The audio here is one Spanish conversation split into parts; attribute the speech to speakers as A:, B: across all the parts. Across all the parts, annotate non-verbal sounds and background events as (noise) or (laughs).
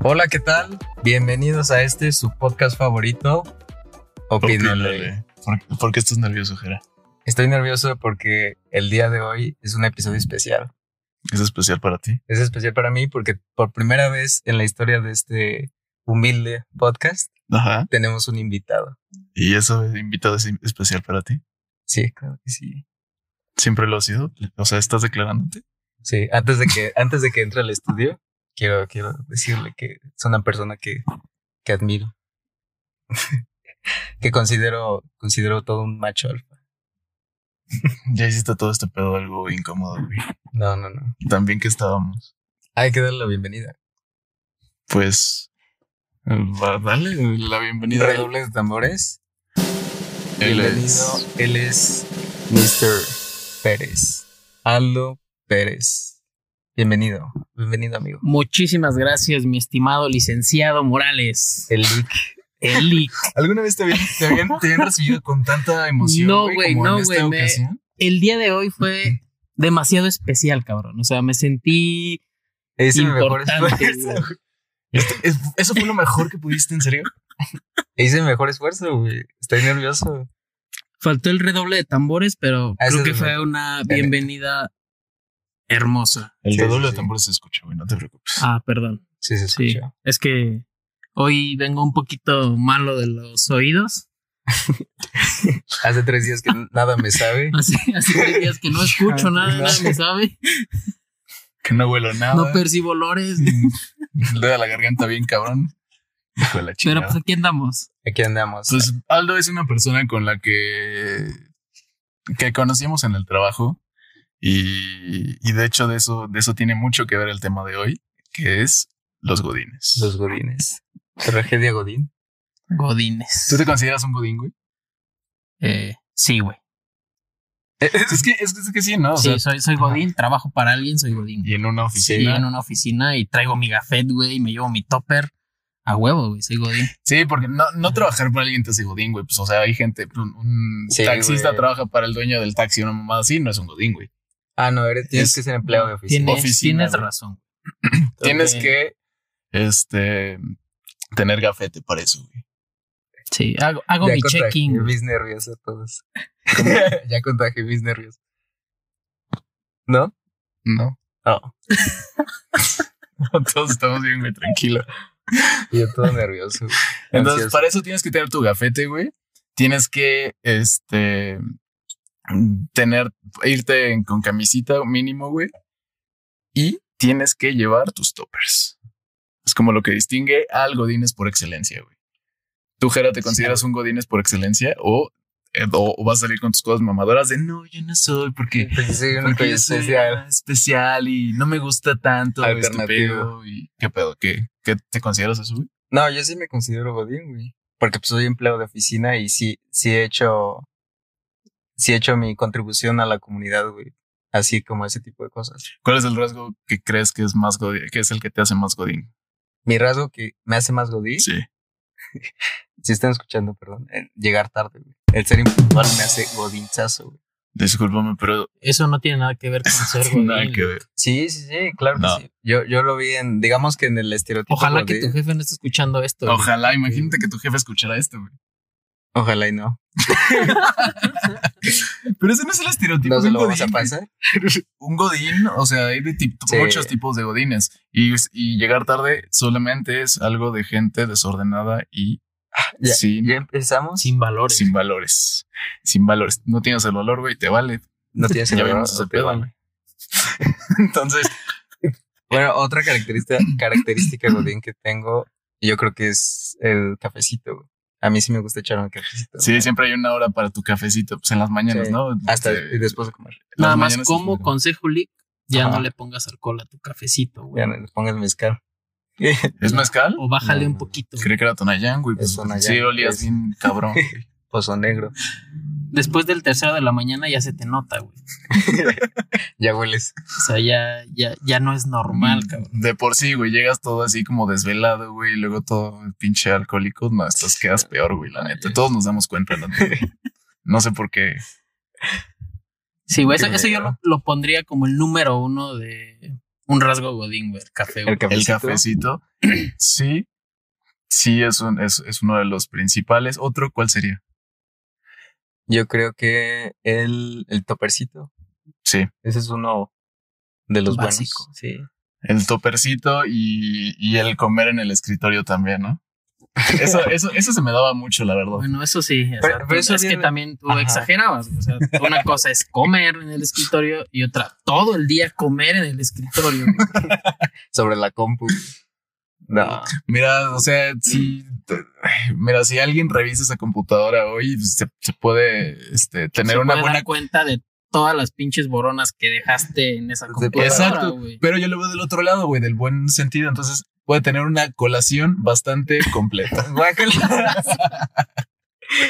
A: Hola, ¿qué tal? Bienvenidos a este, su podcast favorito. Opínale.
B: Opínale. ¿Por, por qué estás nervioso, Jera?
A: Estoy nervioso porque el día de hoy es un episodio especial.
B: ¿Es especial para ti?
A: Es especial para mí porque por primera vez en la historia de este humilde podcast
B: Ajá.
A: tenemos un invitado.
B: ¿Y eso de invitado es im- especial para ti?
A: Sí, claro que sí.
B: ¿Siempre lo ha sido? O sea, ¿estás declarándote?
A: Sí, antes de que, (laughs) antes de que entre al estudio, quiero, quiero decirle que es una persona que, que admiro. (laughs) que considero, considero todo un macho alfa.
B: Ya hiciste todo este pedo algo incómodo, güey.
A: No, no, no.
B: También que estábamos.
A: Hay que darle la bienvenida.
B: Pues, eh, va- dale la bienvenida.
A: Redobles de tambores.
B: Él es-
A: Bienvenido. Él es Mr. Pérez. Aldo Pérez. Bienvenido. Bienvenido, amigo.
C: Muchísimas gracias, mi estimado licenciado Morales.
A: El leak.
C: Eli.
B: ¿Alguna vez te habían, te habían- te habían recibido con tanta emoción?
C: No,
B: güey,
C: güey,
B: como en
C: no,
B: esta
C: güey, me-
B: ocasión?
C: El día de hoy fue demasiado especial, cabrón. O sea, me sentí
A: Es el mejor
C: importante.
A: esfuerzo.
C: güey.
B: Este- es- ¿Eso fue lo mejor que pudiste, en serio?
A: Hice el mejor esfuerzo, güey. Estoy nervioso.
C: Faltó el redoble de tambores, pero
A: Ah, ese
C: creo que
A: es
C: fue una bienvenida hermosa.
A: (laughs)
B: El
A: Sí,
B: redoble
A: sí,
B: de
A: sí.
B: tambores se escucha, güey, no te preocupes.
C: Ah, perdón.
A: Sí, se
C: Sí.
A: escuchó.
C: Es que hoy vengo un poquito malo de los oídos. (laughs)
A: Hace tres días que nada me sabe.
C: Así, así que días que no escucho nada, nada me sabe.
B: Que no huelo nada.
C: No percibo olores.
B: (laughs) Le da la garganta bien cabrón. Hijo de la
C: Pero
B: chingada.
C: pues aquí andamos.
A: Aquí andamos.
B: Pues Aldo es una persona con la que, que conocíamos en el trabajo y, y de hecho de eso, de eso tiene mucho que ver el tema de hoy, que es los godines.
A: Los godines. Tragedia Godín.
C: Godines.
B: ¿Tú te consideras un godín, güey?
C: Eh, sí, güey.
A: Eh,
B: Es que, es que, es que sí, ¿no? O
C: sí,
B: sea,
C: soy, soy Godín, trabajo para alguien, soy Godín.
B: y en una
C: Sí,
B: oficina.
C: en una oficina y traigo mi gafet, güey, y me llevo mi topper. A huevo, güey, soy Godín.
B: Sí, porque no, no trabajar para alguien te hace godín, güey. Pues, o sea, hay gente, un, un
A: Sí,
B: taxista
A: güey.
B: trabaja para el dueño del taxi, una mamada así, no es un godín, güey.
A: Ah, no, eres, tienes
B: Es-
A: que ser empleado de oficina.
C: Tienes,
B: Oficina,
C: tienes
B: güey.
C: razón.
B: (clears throat) Tienes
C: Ok.
B: que, este, tener gafete para eso, güey.
C: Sí, hago, hago
A: Ya
C: mi
A: contagié
C: check-in. güey.
A: mis nervios a todos. (laughs) ya contagié mis nervios. ¿No?
B: No. (laughs)
A: No.
B: Todos estamos bien, güey, tranquilo.
A: Yo todo nervioso. güey.
B: Entonces,
A: Ansioso.
B: para eso tienes que tener tu gafete, güey. Tienes que, este, tener, irte en- con camisita mínimo, güey. Y tienes que llevar tus toppers. Es como lo que distingue al Godines por excelencia, güey. ¿Tú, Jera, te consideras un Godines por excelencia o, eh, o- o vas a salir con tus cosas mamadoras de no, yo no soy porque,
A: Porque Pues soy un
B: porque yo soy
A: especial.
B: ah, especial y no me gusta tanto este
A: Alternativo.
B: pedo y- ¿Qué pedo? ¿Qué, qué te consideras eso, güey?
A: No, yo sí me considero godín, güey. Porque pues, soy empleado de oficina y sí, sí he hecho, sí he hecho mi contribución a la comunidad, güey. Así como ese tipo de cosas.
B: ¿Cuál es el rasgo que crees que es más godín, que es el que te hace más godín?
A: Mi rasgo que me hace más godín, si están escuchando, perdón, el llegar tarde, güey. El ser impuntual me hace godinchazo, güey.
B: Discúlpame, pero
C: Eso no tiene nada que
B: (laughs)
C: ver con ser Godín.
B: nada que ver.
A: Sí, sí, sí, claro
B: No.
A: que sí. Yo, yo lo vi en, digamos que en el estereotipo.
C: Ojalá que
A: godín.
C: tu jefe no esté escuchando esto. güey.
B: Ojalá, imagínate que tu jefe escuchara esto, güey.
A: Ojalá y no.
B: Pero ese no es el estereotipo.
A: No
B: de
A: se
B: un
A: lo vamos a
B: godín, güey. (laughs)
A: pasar.
B: Un godín, o sea, hay de tip-
A: Sí.
B: muchos tipos de godines. Y, y llegar tarde solamente es algo de gente desordenada y
A: Ya,
B: sin,
A: ya empezamos.
C: Sin valores.
B: sin valores. Sin valores. No tienes el valor, güey, te vale. (laughs)
A: No tienes el
B: Ya
A: valor,
B: vimos ese
A: no te
B: pedo,
A: vale.
B: güey. Entonces,
A: Bueno, otra característica, característica Godín que tengo, yo creo que es el cafecito. güey. A mí sí me gusta echar un cafecito.
B: sí, siempre hay una hora para tu cafecito, pues en las mañanas,
A: Sí.
B: ¿no?
A: Hasta
B: Este,
A: y después de comer.
B: las
C: Nada más
B: mañanas es
C: como
B: muy-
C: consejo, Lick, ya
B: Ajá.
C: no le pongas alcohol a tu cafecito, güey.
A: Ya no le pongas mezcal.
B: ¿Es mezcal?
C: O bájale
A: No,
C: un
A: no.
C: poquito.
B: Creí que era Tonayán, güey.
A: Es
B: Pues,
A: Tonayán,
B: sí, olías
A: es-
B: bien
A: (laughs)
B: cabrón.
A: Pozo negro. (laughs)
C: Después del tercero de la mañana ya se te nota, güey.
A: Ya hueles.
C: O sea, ya, ya, ya no es
B: Mm.
C: normal, cabrón.
B: De por sí, güey. Llegas todo así como desvelado, güey. Y luego todo pinche alcohólico. No, estás quedas peor, güey, la neta. Todos nos damos
A: (laughs)
B: cuenta, la neta. No sé por qué.
C: Sí, güey, eso,
A: Qué
C: eso yo
A: miedo.
C: lo, lo pondría como el número uno de Un rasgo godín, güey, el café, güey.
A: El cafecito.
B: El cafecito. sí. Sí, es, un, es, es uno de los principales. ¿Otro cuál sería?
A: Yo creo que el, el topercito.
B: Sí.
A: Ese es uno de los
C: Básico.
A: buenos. Sí.
B: El topercito y, y el comer en el escritorio también, ¿no? Eso, eso, eso se me daba mucho, la verdad.
C: Bueno, eso sí. o sea,
A: Pero- pero
C: tú-
A: eso
C: es
A: viene-
C: que también tú
A: Ajá.
C: exagerabas. O sea, una cosa es comer en el escritorio y otra, todo el día comer en el escritorio. güey.
A: Sobre la compu. (laughs) No.
B: Mira, o sea, si, te- mira, si alguien revisa esa computadora hoy, pues, se, se puede este, tener
C: Se
B: una
C: puede
B: buena.
C: dar cuenta de todas las pinches boronas que dejaste en esa
A: Se
C: computadora,
B: Exacto.
C: güey.
B: Pero yo lo veo del otro lado, güey, del buen sentido. Entonces puede tener una colación bastante (laughs) completa.
A: (laughs) Guácala.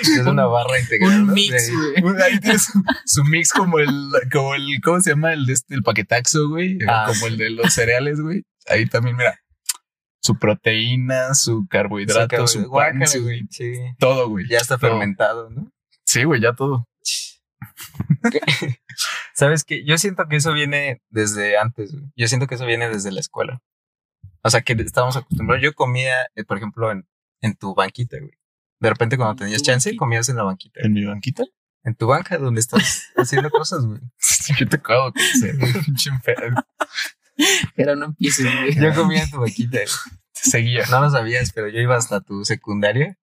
A: es una barra integral.
C: Un
A: ¿no?
C: mix,
A: De-
C: güey.
B: Ahí tiene su, su mix como el, como el, ¿cómo se llama? El de este, el paquetaxo, güey.
A: Ah,
B: como el de los cereales, güey. Ahí también, mira, su proteína, su carbohidrato,
A: Saca-
B: su, pan,
A: guácala,
B: su-
A: güey. Sí.
B: todo, güey.
A: Ya está
B: Todo.
A: fermentado, ¿no?
B: Sí, güey, ya todo.
A: ¿Sabes qué? Yo siento que eso viene desde antes, güey. Yo siento que eso viene desde la escuela. O sea, que estábamos acostumbrados. Yo comía, eh, por ejemplo, en, en tu banquita, güey. De repente cuando
C: En
A: tenías
C: tu
A: chance,
C: banquita.
A: comías en la banquita. güey.
B: En mi banquita.
A: En tu banca, donde (laughs) estás haciendo cosas, güey.
B: (laughs) Yo te acabo de conocer, güey, pinche enfermo.
C: Pero no empieces, güey.
A: Yo comía en tu banquita, güey.
B: Te seguía.
A: No lo sabías, pero yo iba hasta tu secundaria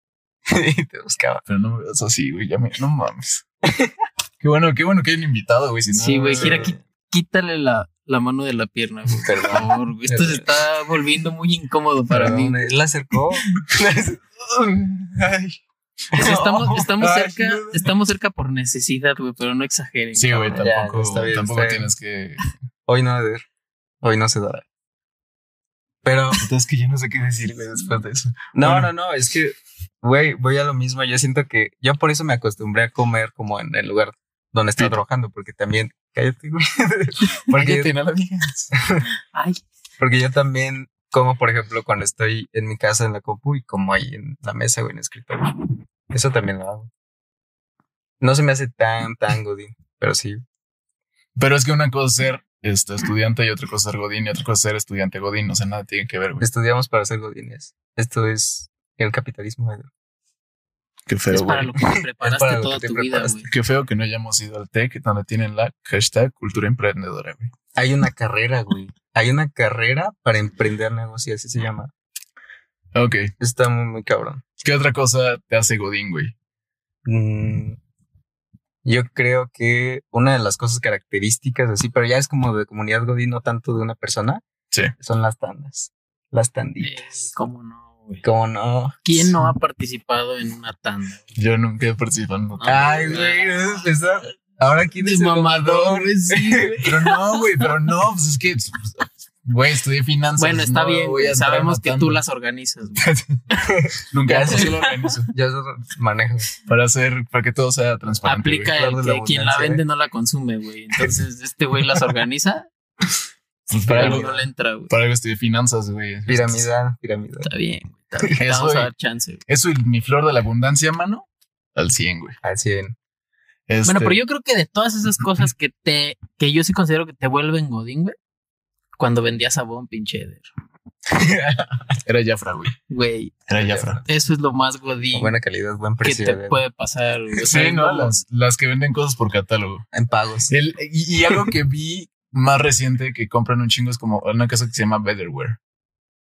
A: (laughs) y te buscaba.
B: Pero no me veas así, güey. Ya me, no mames. (laughs) Qué bueno, qué bueno que hay un invitado, güey. si no-
C: Sí, güey, gira aquí. Quítale la, la mano de la pierna, güey. Por
A: Perdón.
C: favor, güey. Esto se está volviendo muy incómodo para mí.
A: Perdón, él la acercó.
B: Ay.
C: O
A: (laughs)
C: sea, estamos, estamos
B: Ay,
C: cerca,
B: no.
C: estamos cerca por necesidad, güey, pero no exageren.
B: Sí, güey,
A: Ya,
B: tampoco,
A: está bien,
B: tampoco
A: está bien.
B: tienes que.
A: Hoy no, Eder. Hoy no se dará. Pero
B: (laughs) Entonces que yo no sé qué decirle después de eso.
A: No,
B: Bueno.
A: no, no, es que, güey, voy a lo mismo. Yo siento que yo por eso me acostumbré a comer como en el lugar donde estaba
B: Sí.
A: trabajando, porque también, cállate, güey. (laughs) porque,
B: Cállate, no la digas.
C: Ay,
A: porque yo también como, por ejemplo, cuando estoy en mi casa en la compu y como ahí en la mesa o en el escritorio. Eso también lo hago. No se me hace tan, tan godín, pero sí.
B: Pero es que una cosa es ser este, estudiante y otra cosa es ser Godín y otra cosa es ser estudiante Godín. O sea, nada tiene que ver, güey.
A: Estudiamos para ser godines. Esto es el capitalismo. Edu.
B: Qué
C: es
B: feo,
C: para
B: güey.
C: lo que te
A: para
C: preparaste
A: lo que
C: toda
A: te
C: tu vida,
A: preparaste.
C: güey.
B: Qué feo que no hayamos ido al TEC donde tienen la hashtag cultura emprendedora, güey.
A: Hay una carrera, güey. Hay una carrera para emprender negocios, así se llama.
B: Ok.
A: Está muy, muy cabrón.
B: ¿Qué otra cosa te hace Godín, güey?
A: Mm, yo creo que una de las cosas características así, pero ya es como de comunidad Godín, no tanto de una persona,
B: Sí.
A: son las tandas. Las
C: Eh,
A: tanditas.
C: ¿Cómo no, güey?
A: ¿Cómo no?
C: ¿Quién no ha participado en una tanda?
B: Yo nunca he participado en una-
A: Ay, güey, vas a empezar. Ahora quién es el mamador.
C: güey,
A: (laughs)
C: sí, güey.
B: Pero no, güey, pero no, pues es que, pues, güey, estudié finanzas.
C: Bueno, está
B: no
C: bien,
B: voy a
C: güey,
B: entrar
C: sabemos que tú
B: matando.
C: las organizas, güey.
B: Nunca
A: Ya sé.
B: haces lo organizo.
A: Yo manejo.
B: Para hacer, para que todo sea transparente. güey.
C: Aplica
A: claro,
C: el
A: de la
C: que quien la
A: abundancia,
C: vende no la consume, güey. Entonces, este güey las organiza,
B: Pues para,
C: pero algo
B: algo,
C: no le entra, güey.
B: para algo estudié finanzas, güey.
A: Piramidal, piramidal.
C: Está bien, güey. Está bien. Te
B: Eso,
C: Pues Vamos a
B: güey.
C: dar chance, güey.
B: Eso y mi flor de la abundancia, mano, al 100, güey.
A: Así bien.
B: Este,
C: Bueno, pero yo creo que de todas esas cosas que te, que yo sí considero que te vuelven godín, güey, cuando vendías sabón, pinche Eder.
B: (laughs) Era Jafra, güey.
C: Güey,
B: Era Jafra.
C: eso es lo más godín
A: Buena ¿eh? calidad, buen
C: que
A: precio.
C: te
A: de-
C: puede pasar,
B: (laughs)
C: güey. O sea,
B: Sí,
C: es
B: ¿no?
C: como-
B: Las, las que venden cosas por catálogo.
A: En pagos.
B: El- y, y algo que vi más reciente que compran un chingo es como una casa que se llama Betterware.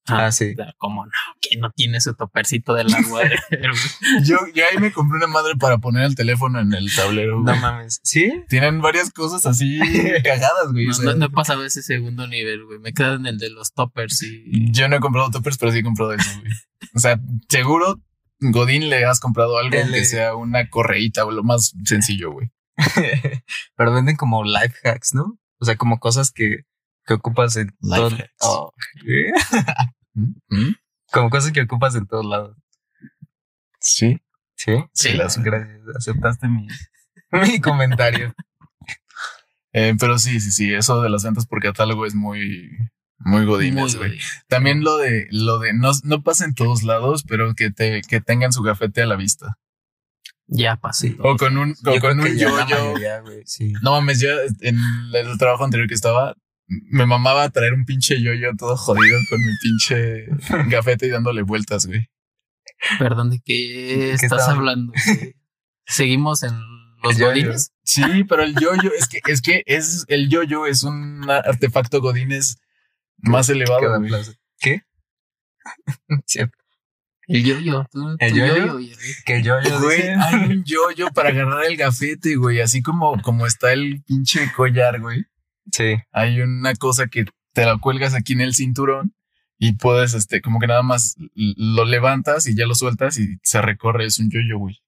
A: Ah, sí.
C: da- Como no, que no tiene su topercito del agua. güey.
B: Yo, yo ahí me compré una madre para poner el teléfono en el tablero.
A: No
B: güey.
A: mames. (laughs) ¿Sí?
B: Tienen varias cosas así (laughs) cagadas, güey.
C: No,
B: o sea,
C: no- no he pasado ese segundo nivel, güey. Me quedo en el de los toppers y.
B: Yo no he comprado toppers, pero sí he comprado eso, güey. O sea, seguro Godín le has comprado algo
A: El-
B: que sea una correíta o lo más sencillo, güey.
A: Pero venden como life hacks, ¿no? O sea, como cosas que, que ocupas en
B: Life
A: todo-
B: hacks.
A: Oh, ¿eh?
B: ¿Mm?
A: Como cosas que ocupas en todos lados.
B: Sí.
A: Sí,
B: Sí, las-
A: gracias. Aceptaste mi, (laughs) mi comentario.
B: Eh, pero sí, sí, sí. Eso de las ventas por catálogo es muy, muy Godín,
C: Muy
B: güey.
C: godín.
B: También lo de, lo de no, no pasa en todos lados, pero que te, que tengan su gafete a la vista.
C: Ya pasó.
A: Sí.
B: O con un, o
A: (laughs) Yo creo
B: con un
A: que ya la
B: yo-yo.
A: mayoría, güey, sí.
B: No mames, yo en el trabajo anterior que estaba, me mamaba traer un pinche yoyo todo jodido con mi (laughs) pinche gafete y dándole vueltas, güey.
C: Perdón, ¿de qué estás
A: estaba?
C: hablando? güey? Seguimos en los
A: Yo-yo.
C: godines.
B: Sí, pero el yoyo es que es que es el yoyo es un artefacto godines más
A: que
B: elevado.
A: da
B: güey.
A: placer. (laughs) ¿Qué? Siempre.
C: El yo-yo. tú-
A: ¿El
C: tu
A: yo-yo?
C: yo-yo y el-
A: Que yo, yo
B: Güey,
A: dije,
B: hay un yoyo para agarrar el gafete, güey, así como como está el pinche collar, güey.
A: Sí.
B: Hay una cosa que te la cuelgas aquí en el cinturón y puedes este como que nada más l- lo levantas y ya lo sueltas y se recorre, es un yoyo, güey.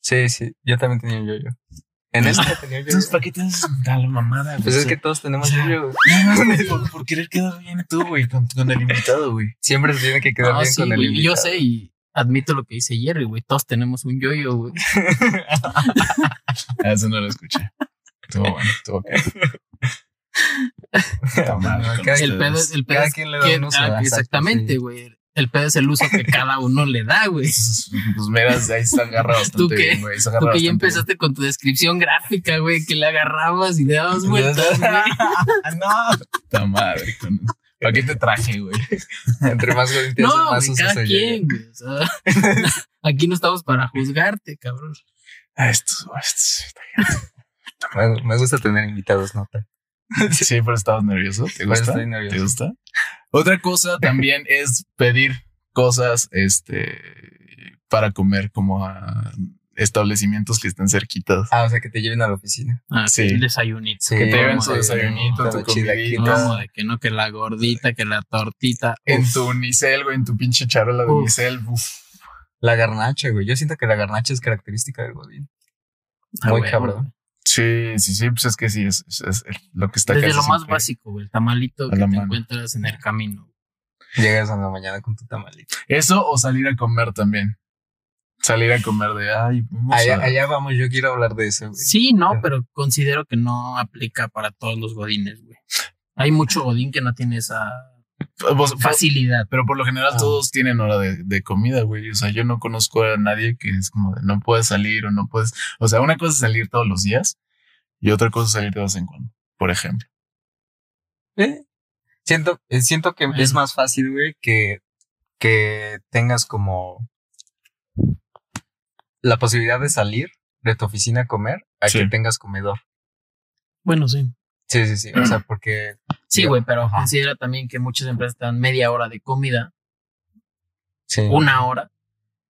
A: Sí, sí, yo también tenía un yo-yo. (laughs) En
B: Ah,
A: eso tenía yo-yo.
B: Entonces, ¿para qué te haces a la mamada? güey?
A: Pues es
B: O
A: que
B: sea,
A: todos tenemos yo-yo.
B: nada más por- por, por querer quedar bien tú, güey, con, con el invitado, güey.
A: Siempre se tiene que quedar
C: No,
A: bien
C: sí,
A: con el
C: güey,
A: invitado.
C: Yo sé y admito lo que dice Jerry, güey. Todos tenemos un yo-yo, güey.
B: Ah, Eso no lo escuché. Estuvo bueno, estuvo (laughs) bien. Está mal
A: Cada-
B: con
A: cada,
C: El pedo, es- el pedo es
A: quien le da
C: que-
A: un uso.
C: ah,
A: exacto,
C: exactamente,
A: sí.
C: güey. El pedo es el uso que cada uno le
A: (laughs)
C: da, güey.
B: Pues pues, mira, ahí se agarra (laughs) bastante
C: ¿Tú qué?
B: bien, güey. Se agarra
C: Tú
B: bastante
C: que ya
B: bien.
C: empezaste con tu descripción gráfica, güey, que le agarrabas y le dabas
B: (laughs)
A: (laughs)
C: vueltas, güey.
A: no.
B: Puta madre. con- ¿Para qué te traje, güey?
A: Entre más lo limpias,
C: No,
A: más
C: güey,
A: usas
C: cada
A: el yo-yo.
C: quien, güey. o sea, (laughs) aquí no estamos para juzgarte, cabrón.
B: Ah, estos, ah, estos.
A: Me, me gusta tener invitados, nota.
B: Sí, pero estabas nervioso. ¿Te
A: Pues
B: gusta?
A: estoy
B: ¿Te
A: nervioso.
B: gusta? Otra (laughs) cosa también es pedir cosas este, para comer como a establecimientos que estén cerquitas.
A: Ah, o sea, que te lleven a la oficina.
C: Ah,
B: Sí.
C: El desayunito.
A: Sí,
B: que te lleven
A: vamos
B: su
A: a-
B: desayunito, tu
A: todo chilaquiles.
B: comidita.
C: Como de que no, que la gordita, que la tortita.
B: En
C: Uf.
B: tu unicel, güey, en tu pinche charola de
C: Uf.
B: unicel. Uf.
A: La garnacha, güey. Yo siento que la garnacha es característica del godín.
C: Ah,
A: Muy
C: güey,
A: cabrón.
B: Sí, sí, sí, pues es que sí, es, es- es lo que está
C: Desde
B: casi
C: lo más
B: siempre.
C: básico, güey, el tamalito
B: A
C: que te
B: la mano.
C: encuentras en el camino.
A: Llegas a la mañana con tu tamalito.
B: Eso o salir a comer también. Salir a comer de, ay, vamos
A: Allá,
B: a-
A: allá vamos, yo quiero hablar de eso, güey.
C: Sí, no,
A: Ajá.
C: pero considero que no aplica para todos los godines, güey. Hay mucho godín que no tiene esa
B: Pues, pues,
C: facilidad.
B: Pero por lo general
A: Ah.
B: todos tienen hora de, de comida, güey. O sea, yo no conozco a nadie que es como de no puedes salir o no puedes. O sea, una cosa es salir todos los días y otra cosa es salir de vez en cuando, por ejemplo.
A: Eh, Siento, eh, siento que
C: Bueno.
A: es más fácil, güey, que, que tengas como la posibilidad de salir de tu oficina a comer a
B: Sí.
A: que tengas comedor.
C: Bueno, sí.
A: Sí, sí, sí. O sea, porque
C: Sí,
A: Digo,
C: güey, pero
A: ajá.
C: considera también que muchas empresas te dan media hora de comida,
A: sí,
C: una hora.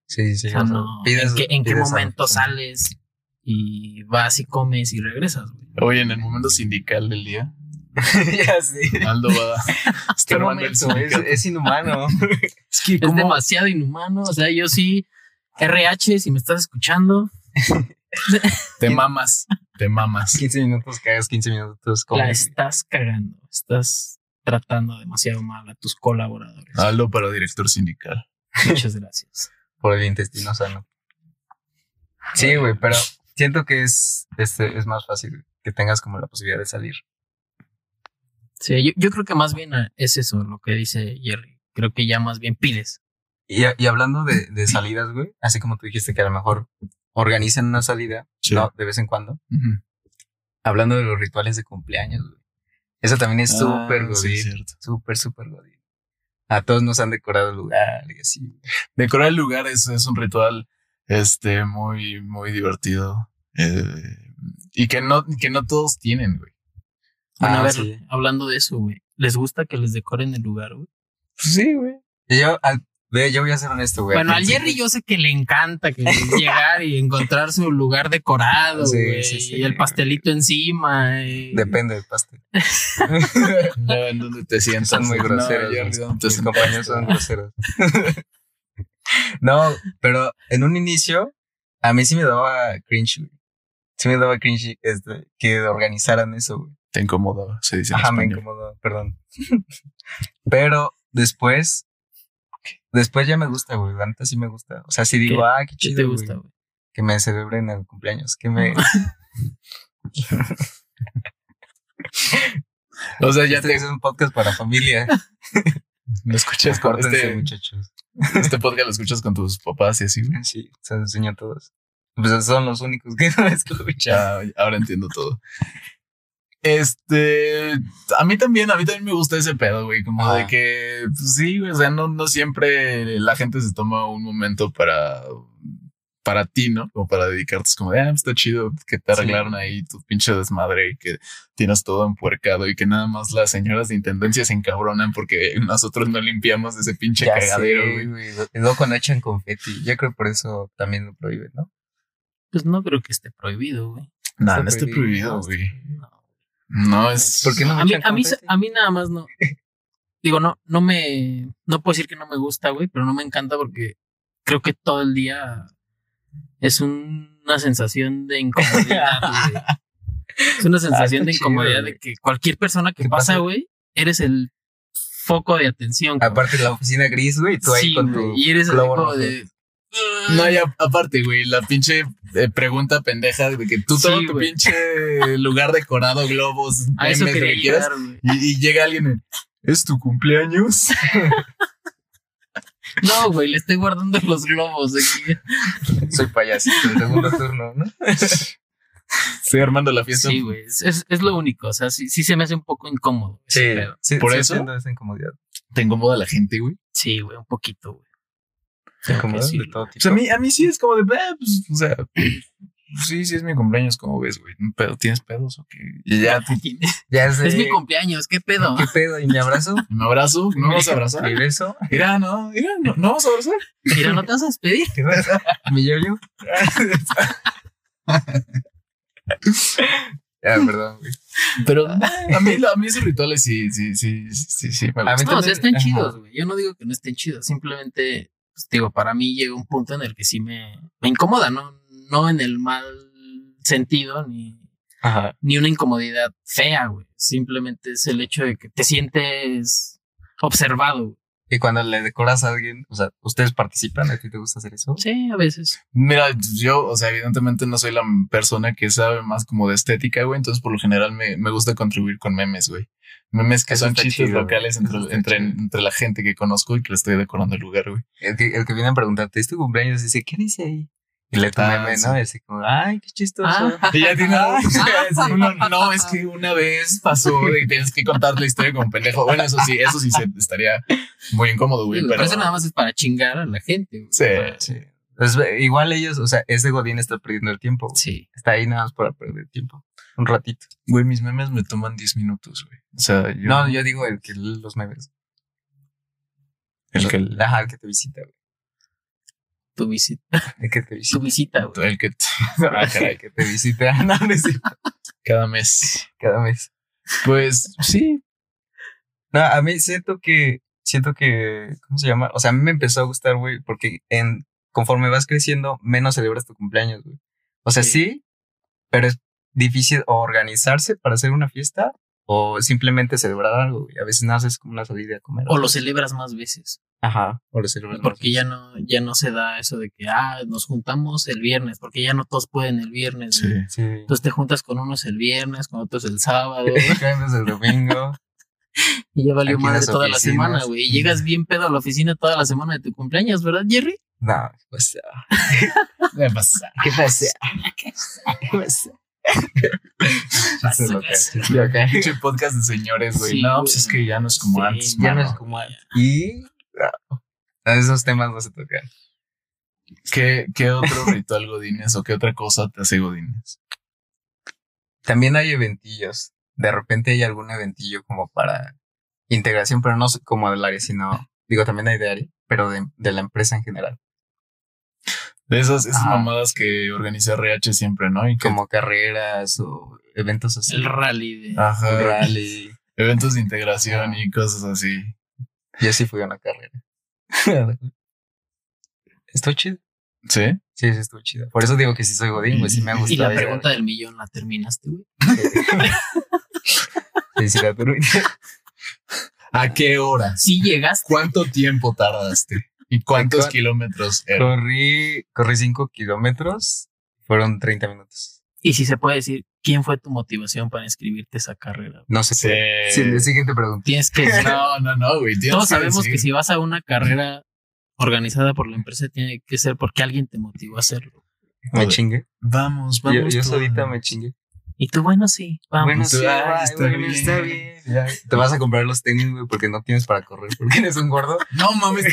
A: sí, sí,
C: O sea,
A: o sea,
C: no,
A: pides-
C: ¿En qué, en qué
A: pides a-
C: momento sales y vas y comes y regresas, güey?
B: Oye, en el momento sindical del día,
A: (laughs) ya sí.
B: Aldo
A: (laughs)
B: va a
A: ¿Qué
B: estar mandando el
A: momento? Es,
B: sindicato.
A: es
C: (laughs)
A: inhumano. (laughs)
B: Es que,
C: Es
B: ¿cómo?
C: demasiado inhumano. O sea, yo sí, RH, si me estás escuchando,
B: Te mamas, te mamas.
A: 15 minutos cagas, 15 minutos
C: la
A: comes.
C: estás cagando. Estás tratando demasiado mal a tus colaboradores.
A: Ah,
B: Aldo para director sindical.
C: Muchas gracias.
A: por el intestino sano. Sí, güey, pero siento que es, este, es más fácil que tengas como la posibilidad de salir.
C: Sí, yo, yo creo que más bien ah, es eso lo que dice Jerry. Creo que ya más bien pides.
A: Y, y hablando de, de salidas, güey, así como tú dijiste que a lo mejor organizan una salida,
B: Sí.
A: ¿no? De vez en cuando.
B: Ujú.
A: Hablando de los rituales de cumpleaños, güey. Eso también es súper
B: Ah, sí,
A: godín.
B: cierto.
A: súper, súper godín. A todos nos han decorado el lugar y así. güey.
B: Decorar el lugar es, es un ritual este, muy, muy divertido. eh, y que no, que no todos tienen, güey.
C: Bueno,
A: Ah,
C: a ver,
A: sí.
C: hablando de eso, güey. ¿Les gusta que les decoren el lugar, güey?
B: Sí, güey.
A: Y yo, al- ve, yo voy a ser honesto, güey.
C: Bueno, al
A: principio-
C: Jerry yo sé que le encanta que llegar y encontrar su lugar decorado,
A: Sí,
C: güey,
A: sí, sí.
C: y el pastelito encima. eh. y-
A: Depende del pastel.
B: No, en donde te sientas. (laughs)
A: son muy
B: No,
A: groseros.
B: Jerry,
A: mis-
B: ¿dónde te
A: mis
B: sientas?
A: compañeros
B: (laughs)
A: son groseros. (laughs) no, pero en un inicio, a mí sí me daba cringe, güey. Sí me daba cringe este, que organizaran eso, güey.
B: Te incomodaba, se dice. en
A: Ajá, me
B: español.
A: incomodó, perdón. (laughs) pero después, después ya me gusta, güey. La neta sí me gusta. O sea, sí digo,
C: ¿Qué?
A: ah, qué
C: ¿Qué
A: chido,
C: te
A: güey,
C: gusta, güey?
A: Que me celebren el cumpleaños. Que me...
B: O sea, ya
A: este
B: te
A: es un podcast para familia.
B: lo escuchas con
A: Córtense,
B: este,
A: muchachos.
B: este podcast lo escuchas con tus papás y así, güey.
A: Sí, se los enseño a (laughs) todos. Pues son los únicos que no escuchan.
B: Ya, ahora entiendo todo. Este, a mí también, a mí también me gusta ese pedo, güey, como
A: Ajá.
B: de que, pues, sí, güey, o sea, no, no siempre la gente se toma un momento para, para ti, ¿no? Como para dedicarte, es como de, ah, está chido que te
A: Sí.
B: arreglaron ahí tu pinche desmadre y que tienes todo empuercado y que nada más las señoras de intendencia se encabronan porque nosotros no limpiamos ese pinche
A: Ya
B: cagadero,
A: sé,
B: güey.
A: güey. Luego cuando echan confeti, yo creo por eso también lo prohíben, ¿no?
C: Pues no creo que esté prohibido, güey.
B: Nah,
A: Está
B: no está
A: prohibido,
B: prohibido, güey.
C: No.
B: No es.
A: ¿Por qué no
C: A mí,
A: echan
C: a, mí,
A: confeti?
C: a mí nada más no. Digo, no, no me. No puedo decir que no me gusta, güey, pero no me encanta porque creo que todo el día es un- una sensación
A: (laughs)
C: de incomodidad, güey. Es una sensación
A: está
C: de
A: chido,
C: incomodidad
A: güey.
C: de que cualquier persona que
A: ¿Qué
C: pasa,
A: pasa?
C: güey, eres el foco de atención. cabrón.
A: Aparte la oficina gris, güey, tú ahí
C: Sí,
A: con
C: güey,
A: tu...
C: Y eres así
A: globo
C: como
A: rojo.
C: de.
B: No, y a- aparte, güey, la pinche eh, pregunta pendeja de que tú
C: Sí,
B: todo tu
C: güey.
B: pinche lugar decorado, (laughs) globos,
C: A eso
B: memes, lo
C: quería
B: que quieras,
C: llegar, güey.
B: y, y llega alguien, ¿es tu cumpleaños? (laughs)
C: No, güey, le estoy guardando los globos
A: (laughs)
C: aquí.
A: Soy payasito, el segundo turno, ¿no?
B: Estoy armando la fiesta.
C: Sí, güey, es, es- es lo único. O sea, sí, sí se me hace un poco incómodo. ese
A: Sí,
C: pedo.
A: sí,
B: ¿Por
A: sí
B: eso?
A: entiendo esa incomodidad.
B: Te incomoda la gente, güey.
C: Sí, güey, un poquito, güey.
A: Se incomodan
C: sí,
A: de
C: güey.
A: todo
B: Pues
A: tipo.
B: a mí, a mí sí es como de, "Ah, pues, o sea, (clears throat) sí, sí es mi cumpleaños, como ves, güey? Pero tienes pedos o qué? Y ya, tú,
A: Ya sé.
C: Es mi cumpleaños,
A: (laughs)
C: ¿qué pedo?
A: ¿Qué pedo? ¿Y mi abrazo?
B: me abrazo, no vas a abrazar. (laughs)
A: ¿Mi beso? (laughs)
B: Mira, no, mira, no, no vas a abrazar.
C: Mira, no te vas a despedir.
A: ¿Qué pasa? ¿Mi yo-yo? Ya, perdón, güey.
B: (laughs) Pero ah, a mí, a mí esos rituales sí, sí, sí, sí, sí, sí me
A: A mí
B: gustan.
C: No, o sea, están
A: Ajá.
C: chidos, güey. Yo no digo que no estén chidos. Simplemente, pues, digo, para mí llega un punto en el que sí me, me incomoda, ¿no? No en el mal sentido ni,
A: Ajá.
C: ni una incomodidad fea, güey. Simplemente es el hecho de que te sientes observado. güey.
A: Y cuando le decoras a alguien, o sea, ¿ustedes participan? ¿A ti te gusta hacer eso?
C: Sí, a veces.
B: Mira, yo, o sea, evidentemente no soy la m- persona que sabe más como de estética, güey. Entonces, por lo general, me, me gusta contribuir con memes, güey. Memes que
A: Eso
B: son
A: está
B: chistes
A: chido,
B: locales
A: güey.
B: entre,
A: Eso está
B: entre,
A: chido.
B: entre la gente que conozco y que le estoy decorando el lugar, güey.
A: El que, el que viene a preguntarte, ¿es tu cumpleaños? Dice, ¿qué dice ahí? Y le tu
B: Ah,
A: meme,
B: sí.
A: ¿no? Y así como, ¡ay, qué chistoso!
C: Ah,
A: (laughs)
B: Y ya tiene-
A: Ah,
B: sí, uno,
A: (laughs)
B: no, es que una vez pasó y tienes que contar la historia como pendejo. Bueno, eso sí, eso sí se, estaría muy incómodo, güey.
C: digo,
B: Pero,
C: pero eso nada más es para chingar a la gente, güey.
B: Sí.
A: Sí. Pues, ve, igual ellos, o sea, ese Godín está perdiendo el tiempo. güey.
C: Sí.
A: Está ahí nada más para perder tiempo. Un ratito.
B: Güey, mis memes me toman 10 minutos, güey. O sea, yo.
A: No, yo digo el que lee los memes.
B: El que,
A: Ajá, el que te visita, güey.
C: Tu visita,
A: El que te
C: tu (laughs)
A: visita.
C: visita, güey.
B: el que. (laughs) Ah,
A: el
B: caray,
A: que te visita. (laughs) No, no es cierto.
B: cada mes.
A: Cada mes.
B: Pues sí.
A: No, a mí siento que, siento que, ¿cómo se llama? O sea, a mí me empezó a gustar, güey, porque en, conforme vas creciendo, menos celebras tu cumpleaños, güey. O sea,
C: Sí.
A: sí. pero es difícil o organizarse para hacer una fiesta o simplemente celebrar algo, güey. A veces no haces como una salida a comer.
C: O lo celebras más veces.
A: Ajá, o lo celebras.
C: Porque ya no, ya no se da eso de que ah, nos juntamos el viernes, porque ya no todos pueden el viernes.
B: Sí.
C: güey.
A: Sí.
C: Entonces te juntas con unos el viernes, con otros
A: (laughs)
C: el sábado,
A: Cambias el domingo.
C: y ya valió
A: Aquí
C: madre
A: las
C: toda la
A: oficinas.
C: semana, güey. Y Llegas bien pedo a la oficina toda la semana de tu cumpleaños, ¿verdad, Jerry?
A: No, pues. ah,
B: Me pasa.
A: ¿Qué pasa? ¿Qué pasa? (laughs) Eso es lo que- eso es lo que-
B: Pinche podcast de señores, güey.
C: Sí,
B: no,
C: güey.
B: pues es que ya no es como
C: Sí,
B: antes.
C: ya
B: mano.
C: no es como antes.
A: Y. no, esos temas no se tocan.
B: ¿Qué, ¿Qué otro ritual Godines o qué otra cosa te hace Godines?
A: También hay eventillos. De repente hay algún eventillo como para integración, pero no s- como del área, sino, digo, también hay de área, pero de, de la empresa en general.
B: De esas, esas
A: Ajá.
B: mamadas que organiza RH siempre, ¿no? Y que-
A: Como carreras o eventos así.
C: El rally
A: Ah,
C: de.
B: Ajá.
A: Un rally.
B: Eventos de integración
A: Ajá.
B: y cosas así.
A: Yo sí fui a una carrera. (laughs) estuvo chido.
B: ¿Sí?
A: Sí, sí, estuvo chido. Por eso digo que sí soy Godín, güey. Sí me ha
C: y
A: gustado.
C: la
A: ir a-
C: pregunta del millón la terminaste, güey.
A: (laughs) Sí, sí, la tuve.
B: ¿A qué hora?
C: Sí llegaste.
B: ¿Cuánto tiempo tardaste? ¿Y cuántos
A: Cu-
B: kilómetros eran?
A: Corrí, corrí 5 kilómetros, fueron 30 minutos.
C: Y si se puede decir, ¿quién fue tu motivación para inscribirte a esa carrera?
A: No sé.
B: Sí.
A: Sí. Sí, siguiente pregunta.
C: Tienes que decir,
B: No, no, no, güey. tienes
C: Todos sabemos
B: decir.
C: que si vas a una carrera organizada por la empresa tiene que ser porque alguien te motivó a hacerlo.
A: Me
B: Joder.
A: chingué.
B: Vamos,
A: Yo,
B: vamos.
A: yo
B: todos.
A: solita me chingué.
C: Y tú, bueno, sí, vamos.
A: Bueno,
B: Tú,
A: sí,
B: ay,
A: ay,
B: está
A: bueno,
B: bien.
A: está bien. Ya, Te vas a comprar los tenis, güey, porque no tienes para correr, porque eres un gordo.
B: No mames,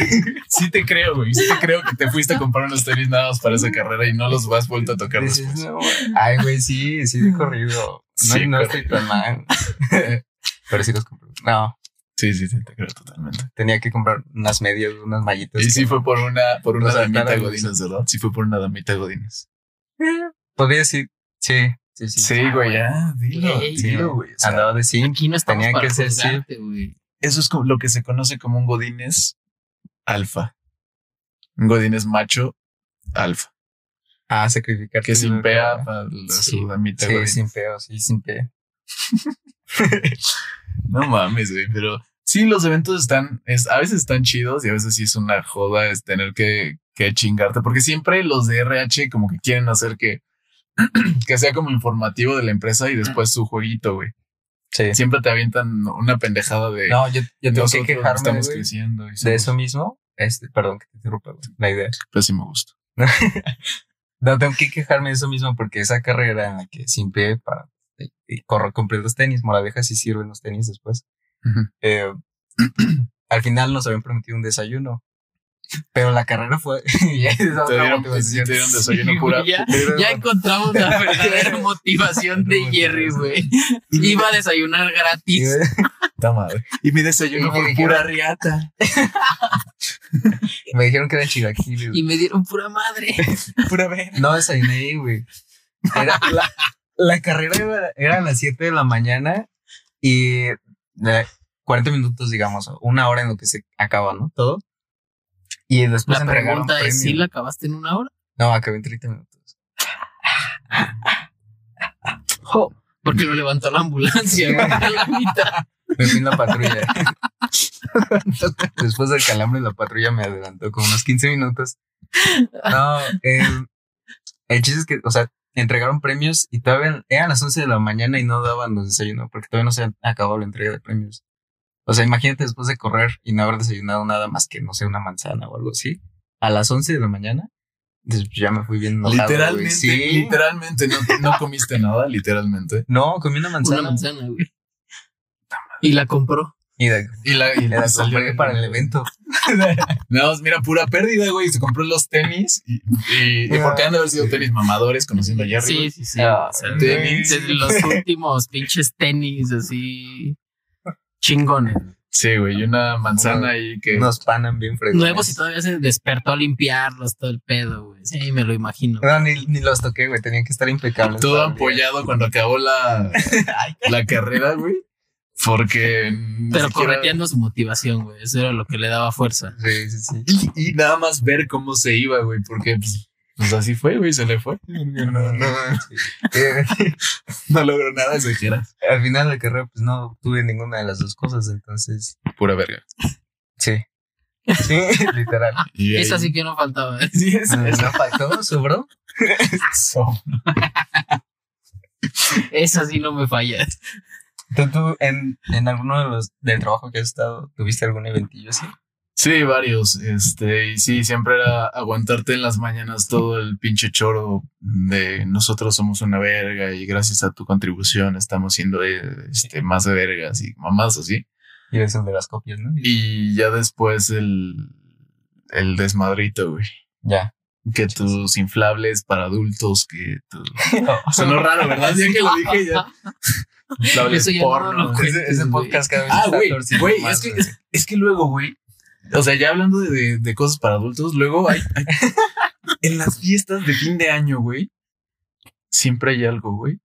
B: sí te creo, güey. Sí te creo que te fuiste a comprar unos tenis nada más para esa carrera y no los has vuelto a tocar
A: Dices,
B: después.
A: "No, ay, güey, sí, sí, de corrido. No,
B: Sí,
A: no
B: corrido.
A: estoy tan mal. (laughs) Pero sí los compré. No,
B: Sí, sí, sí, te creo totalmente.
A: tenía que comprar unas medias, unas mallitas.
B: Y
A: que-
B: sí fue por una, por una
A: Los
B: damita
A: saltaron,
B: Godínez, ¿verdad? Sí fue por una damita Godínez.
A: Podría decir, sí, sí, sí. Ah,
B: Sí, Ah, güey, ya, dilo,
C: Ey,
A: Sí,
B: dilo, güey. o sea,
A: andaba de cinco.
C: Aquí no estamos
A: Tenía
C: para
A: que ser, sí.
C: juzgarte, güey.
B: eso es como lo que se conoce como un Godínez alfa. Un Godínez macho alfa,
A: Ah, sacrificar.
B: que sin pea para la-
C: Sí,
B: su damita
A: Sí,
B: Godínez.
A: sin peo, sí, sin pea.
B: No mames, güey, pero sí, los eventos están, es, a veces están chidos y a veces sí es una joda es tener que, que chingarte, porque siempre los de RH como que quieren hacer que, (clears throat) que sea como informativo de la empresa y después su jueguito, güey.
A: Sí.
B: Siempre te avientan una pendejada de...
A: No, yo, yo tengo que
B: nosotros
A: quejarme
B: estamos
A: güey,
B: creciendo y
A: de
B: somos- pues
A: eso mismo. Este, perdón que te interrumpa, güey, la idea.
B: Pésimo gusto.
A: No, tengo que quejarme de eso mismo porque esa carrera en la que sin pie para y- y corro, compré los tenis, moraleja si sirven los tenis después. Eh, (clears throat) al final nos habían prometido un desayuno, pero la carrera fue. (laughs) y es otra
B: Te dieron, pues,
A: motivación.
B: te dieron desayuno
C: Sí,
B: pura.
C: güey, ya, ya encontramos la verdadera motivación de Jerry, güey. Iba a desayunar
A: (laughs) Y-
C: gratis.
B: Puta madre. Y mi desayuno
A: Y me
B: fue
A: dijeron-
B: pura riata.
A: me dijeron que eran chilaquiles.
C: Y me dieron pura madre.
B: Pura ver.
A: No desayuné, güey. Era la, la carrera era- era a las 7 de la mañana y de 40 minutos, digamos, o una hora en lo que se acaba, ¿no? Todo. Y después
C: La
A: entregaron
C: pregunta es:
A: premios.
C: ¿sí la acabaste en una hora?
A: No, acabé en 30 minutos.
C: Porque lo levantó la ambulancia, güey, (laughs) a la mitad.
A: Me fui en la patrulla. después del calambre, la patrulla me adelantó como unos 15 minutos. No, eh, el chiste es que, o sea, entregaron premios y todavía eran las 11 de la mañana y no daban los desayunos porque todavía no se han acabado la entrega de premios. O sea, imagínate después de correr y no haber desayunado nada más que, no sé, una manzana o algo así, a las 11 de la mañana. Entonces ya me fui bien enojado. güey.
B: Literalmente,
A: Sí.
B: literalmente, no, no comiste nada, literalmente.
A: no, comí una manzana.
C: Una manzana, güey. Y la compró.
A: Y de-
B: Y la, y
A: Le
B: la
A: la
B: salió
A: compré para el evento.
B: Nada más, mira, pura pérdida, güey. Se compró los tenis y, y, y porque han de haber sido tenis mamadores conociendo a Jerry.
C: Sí,
B: güey.
C: sí, sí.
A: Ah,
C: O sea,
B: tenis.
C: de-
A: (laughs)
C: de los últimos pinches tenis así chingones.
B: Sí, güey. Y una manzana ahí que.
A: Unos panan bien frescos.
C: Nuevos y todavía se despertó a limpiarlos todo el pedo, güey. Sí, me lo imagino.
A: No, ni, ni los toqué, güey. Tenían que estar impecables.
B: todo
A: todavía.
B: ampollado cuando acabó
A: (laughs)
B: la, la carrera, güey. Porque. ni
C: Pero
B: siquiera-
C: correteando su motivación, güey. Eso era lo que le daba (laughs) fuerza.
A: Sí, sí, sí.
B: Y, y nada más ver cómo se iba, güey. Porque pues, pues así fue, güey. Se le fue.
A: No, no, sí. (laughs) Eh,
B: No logró nada, se dijera.
A: al final de la carrera, pues no obtuve ninguna de las dos cosas. Entonces,
B: Pura verga.
A: sí. Sí, (laughs) literal.
B: Y ahí-
C: Esa sí que no faltaba. (laughs) ¿eh?
B: Sí, (laughs) es-
A: No, no faltó, sobró.
B: eso.
C: Esa sí no me falla.
A: ¿Tú, tú en, en alguno de los del trabajo que has estado, tuviste algún eventillo así?
B: Sí, varios. Este, y sí, siempre era aguantarte en las mañanas todo el pinche choro de nosotros somos una verga y gracias a tu contribución estamos siendo eh, este, más de vergas y mamás así.
A: Y es el de las copias, ¿no? Y
B: Y ya después el, el desmadrito, güey.
A: ya.
B: (laughs) Que tus inflables para adultos, que
C: (laughs)
B: tu... Sonó raro, ¿verdad? Ya que lo dije ya. Inflables
C: Eso ya no
B: porno.
C: lo
A: Ese, ese
C: Cuentes,
A: podcast cada vez
B: Ah,
A: está
B: güey,
A: torcido
B: güey,
A: más,
B: es que, es, es que luego, güey, o sea, ya hablando de, de- de cosas para adultos, luego hay, (laughs) hay- en las fiestas de fin de año, güey, siempre hay algo, güey,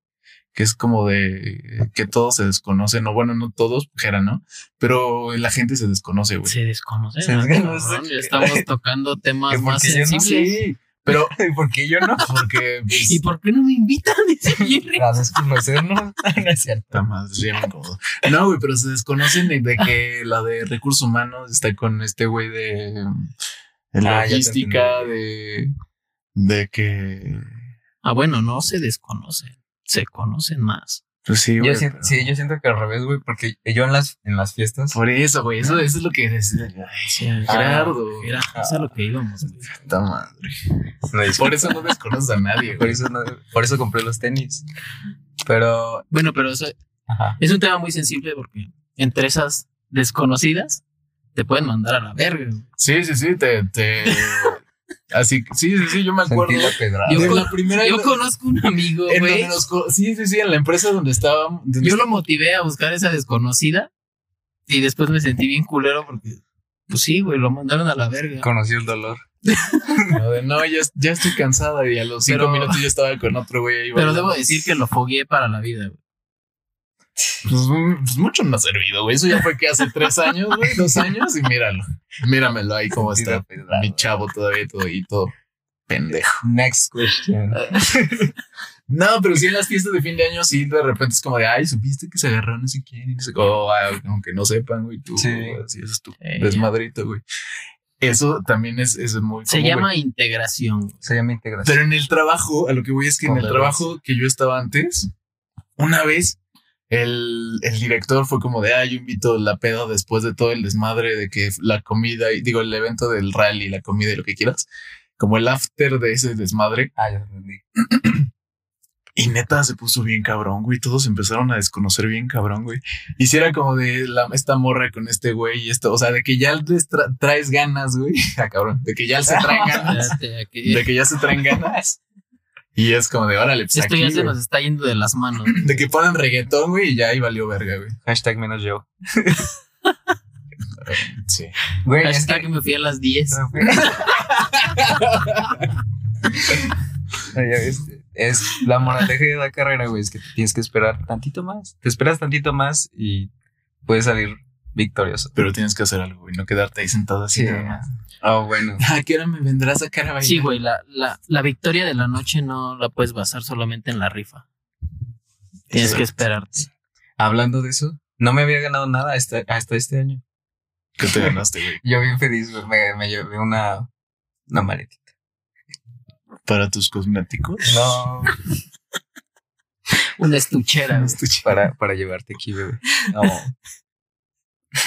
B: que es como de eh, que todos se desconocen, o bueno, no todos, era, ¿no? Pero la gente se desconoce, güey.
C: Se desconoce.
A: Se
C: ¿no?
A: desconoce.
C: Cabrón, ya estamos tocando
A: Que
C: temas
A: porque
C: más
A: yo no
C: sensibles.
A: (laughs)
B: Pero
A: ¿Por qué yo
B: (laughs)
A: no?
B: Ah, porque pues,
A: (laughs)
C: ¿Y por qué no me invitan? (laughs) Dice Jerry.
A: Gracias por conocernos. (laughs) No es cierto.
B: Puta madre, sí, me incomodó. No, güey, pero se desconocen de, de que la de recursos humanos está con este güey de, de
A: Ah, ya te
B: logística, de, de que.
C: Ah, bueno, no se desconocen. Se conocen más.
B: Pues sí,
A: Yo
B: güey.
A: siento,
B: pero-
A: sí, yo siento que al revés, güey, porque yo en las, en las fiestas.
B: Por eso, güey, eso, eso es lo que es. Ay,
C: Sí,
A: Ah,
B: Gerardo.
C: Era eso es lo que íbamos, güey.
B: puta madre.
A: No, disculpa.
B: Por eso no desconoces a nadie,
A: por
B: güey.
A: eso, no- por eso compré los tenis. Pero,
C: Bueno, pero eso
A: ajá.
C: es un tema muy sensible porque entre esas desconocidas te pueden mandar a la verga. güey.
B: Sí, sí, sí, te. te- Así, sí, sí, sí, yo me acuerdo.
A: Sentí la pedrada.
C: Yo
B: De
C: con-
B: la primera.
C: Yo conozco un amigo,
B: en donde
C: güey.
B: nos co- sí, sí, sí, en la empresa donde estábamos. donde
C: Yo lo motivé a buscar esa desconocida y después me sentí bien culero porque, pues sí, güey, lo mandaron a la verga.
A: Conocí el dolor.
B: No, de, no, ya, ya estoy cansada y a los cinco
C: Pero-
B: minutos ya estaba con otro güey ahí.
C: Pero
B: bailando.
C: debo decir que lo fogueé para la vida, güey.
B: Pues, mm, pues mucho no ha servido, güey. Eso ya fue que hace tres años, güey, dos años y míralo. Míramelo ahí cómo
A: Sentí la
B: está.
A: pedrada.
B: Mi chavo todavía todo y todo pendejo.
A: Next question.
B: No, pero sí en las fiestas de fin de año, sí, de repente es como de, ay, supiste que se agarró no sé quién y no sé qué. Oh, ay, aunque no sepan, güey, tú,
A: Sí.
B: así es tu
C: Eh,
B: desmadrito, güey. Eso también es, es muy
C: Se
B: común, güey.
C: llama integración. güey.
A: Se llama integración.
B: Pero en el trabajo, a lo que voy es que en el
A: Con
B: trabajo que yo estaba antes, una vez el, el director fue como de, ah, yo invito la peda después de todo el desmadre de que la comida, y digo, el evento del rally, la comida y lo que quieras, como el after de ese desmadre.
A: Ah, ya entendí.
B: Y neta se puso bien cabrón, güey. Todos empezaron a desconocer bien cabrón, güey. Y si era como de la, esta morra con este güey y esto, o sea, de que ya les tra- traes ganas, güey. (laughs) Ah, cabrón, de que ya se
C: (laughs)
B: traen ganas.
C: Espérate,
B: (laughs)
C: aquí-
B: De que ya se traen ganas. Y es como de, órale, pues
C: Esto
B: aquí,
C: este ya se
B: güey.
C: nos está yendo de las manos. güey.
B: De que ponen reggaetón, güey, y ya ahí valió verga, güey.
A: Hashtag menos yo.
B: Sí.
A: Güey, es
C: Hasta
A: que.
C: que me fui a las 10.
A: (laughs) Ay, ya ves, Es la moraleja de la carrera, güey, es que te tienes que esperar tantito más. Te esperas tantito más y puedes salir victorioso.
B: Pero tienes que hacer algo, güey, no quedarte ahí sentado así.
A: Sí.
B: nada más. (laughs)
A: Ah, bueno.
B: ¿A qué hora me vendrás a sacar a bailar?
C: Sí, güey, la, la, la victoria de la noche no la puedes basar solamente en la rifa. Tienes que esperarte.
A: Hablando de eso, no me había ganado nada hasta, hasta este año.
B: ¿Qué te ganaste, güey?
A: Yo bien feliz, güey, me, me llevé una, una maleta.
B: ¿Para tus cosméticos?
A: (laughs) No,
C: Una estuchera. güey.
A: para, para llevarte aquí, bebé. No. (laughs)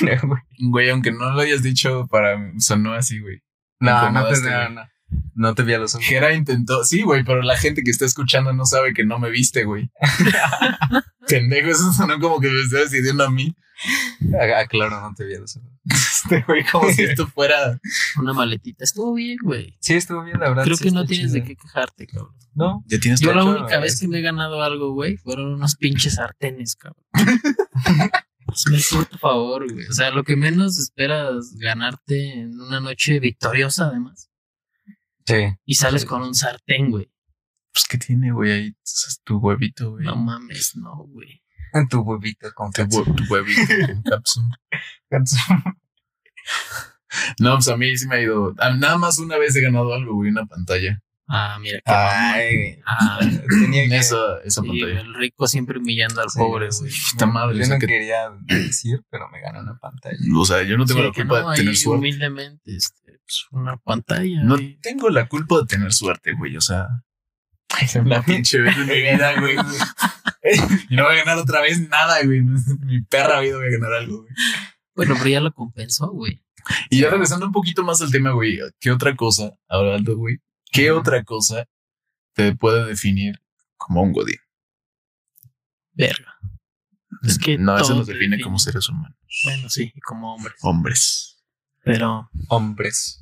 A: No, güey.
B: Güey, aunque no lo hayas dicho, para sonó así, güey.
A: no, no te,
B: Incomodaste,
A: no,
B: güey.
A: no. No te vi a los (laughs) ojos.
B: Jera intentó, sí, güey, pero la gente que está escuchando no sabe que no me viste,
C: (laughs)
B: güey. Pendejo, eso sonó como que me estás diciendo a mí.
A: Ah, ah, claro, no te vi a los ojos.
B: Este güey, como si esto fuera.
C: Una maletita. Estuvo bien, güey.
A: Sí, estuvo bien, la verdad.
C: Creo
A: sí
C: que no
A: está
C: tienes
A: chido.
C: de qué quejarte, cabrón.
A: No,
B: Ya tienes
C: Yo
A: Está
C: la
A: claro,
C: única vez
A: es-
C: que me he ganado algo, güey, fueron unos pinches sartenes, cabrón. Pues Hazme el puto favor, güey. O sea, lo que menos esperas ganarte en una noche victoriosa, además.
A: Sí.
C: Y sales con un sartén, güey.
B: Pues, ¿qué tiene, güey? Ahí es tu huevito, güey.
C: No mames, no, güey.
A: En tu huevito con
B: Tu,
A: catsup.
B: hue- tu huevito (laughs) con capsum. No, pues a mí sí me ha ido. a- Nada más una vez he ganado algo, güey, una pantalla.
C: Ah, mira, qué mamón.
A: Ay, (laughs)
C: Ah,
A: tenía que...
B: Esa, esa
C: sí,
B: pantalla.
C: el rico siempre humillando al
A: Sí,
C: pobre,
A: sí.
C: güey.
B: Puta madre,
A: Yo
B: o sea
A: no
B: que-
A: quería decir, pero me ganó una (laughs) pantalla.
B: O sea, yo no tengo
C: Sí,
B: la
C: que
B: culpa
C: no,
B: de
C: ahí
B: tener suerte.
C: humildemente, este, pues, una pantalla.
B: No
C: güey.
B: tengo la culpa de tener suerte, güey. O sea, la (laughs)
C: (laughs)
B: pinche vez de mi vida, güey. Y no voy a ganar otra vez nada, güey. (laughs) Mi perra vida voy a ganar algo, güey.
C: Bueno, pero ya lo compensó, güey.
B: Y ya regresando un poquito más al tema, güey, ¿qué otra cosa, hablando, güey, qué otra cosa te puede definir como un godín?
C: Verga. Es que
B: no, eso
C: todo
B: nos
C: te
B: define,
C: define.
B: como seres humanos.
C: Bueno, sí, como hombre.
B: Hombres.
C: Pero
A: Hombres,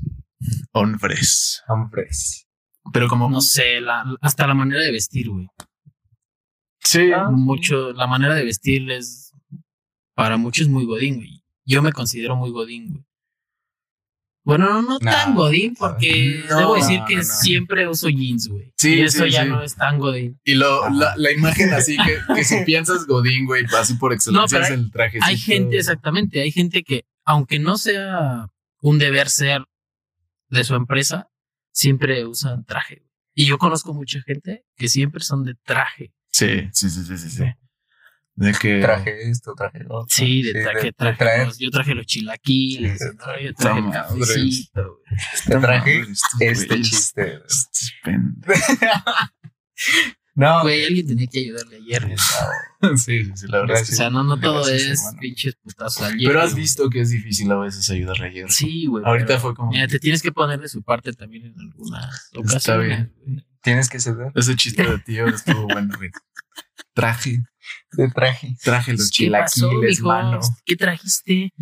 B: Hombres.
A: hombres.
B: Pero como...
C: no sé, la, hasta la manera de vestir, güey.
B: Sí.
A: Ah, sí.
C: Mucho, la manera de vestir es para muchos muy godín, güey. Yo me considero muy godín, güey. Bueno, no, no
A: Nah,
C: tan godín,
A: ¿sabes?
C: porque
B: No,
C: debo decir
A: no,
C: que
A: no.
C: siempre uso jeans, güey.
B: Sí,
C: y eso
B: sí,
C: ya
B: sí.
C: no es tan godín.
B: Y lo, la, la imagen así que, que
C: (laughs)
B: si piensas godín, güey, así por excelencia
C: pero
B: es el traje.
C: Hay gente, exactamente, hay gente que, aunque no sea un deber ser de su empresa, siempre usan traje. güey. Y yo conozco mucha gente que siempre son de traje.
B: Sí, sí, sí, sí, sí, sí. De que...
A: Traje esto, traje lo otro.
C: Sí, de
A: Sí,
C: traje,
A: de-
C: traje.
A: de traer.
C: los- yo traje los chilaquiles,
A: Sí, de
C: ¿no? yo traje el
B: madre.
C: cafecito, güey.
A: Te traje este
B: güey,
A: chiste. güey.
B: estos pendejos.
A: No,
C: (laughs) Güey, alguien tenía que ayudarle ayer. güey.
B: (laughs) Sí, sí, sí, la verdad. es que
C: O sea, no, no todo
A: Gracias,
C: es
A: hermano.
C: pinches putazos al
B: sí. Pero has
C: hierro,
B: visto que es difícil a veces ayudar a ayer.
C: güey. Sí, güey.
B: Ahorita
C: pero-
B: fue como...
C: Mira, te tienes que poner de su parte también en algunas
B: Está
C: ocasiones. güey.
A: tienes que ceder.
B: Ese chiste de tío estuvo bueno, güey. Traje,
A: de traje.
B: traje los
C: ¿Qué pasó,
B: chilaquiles,
C: mijo?
B: mano.
C: ¿Qué trajiste?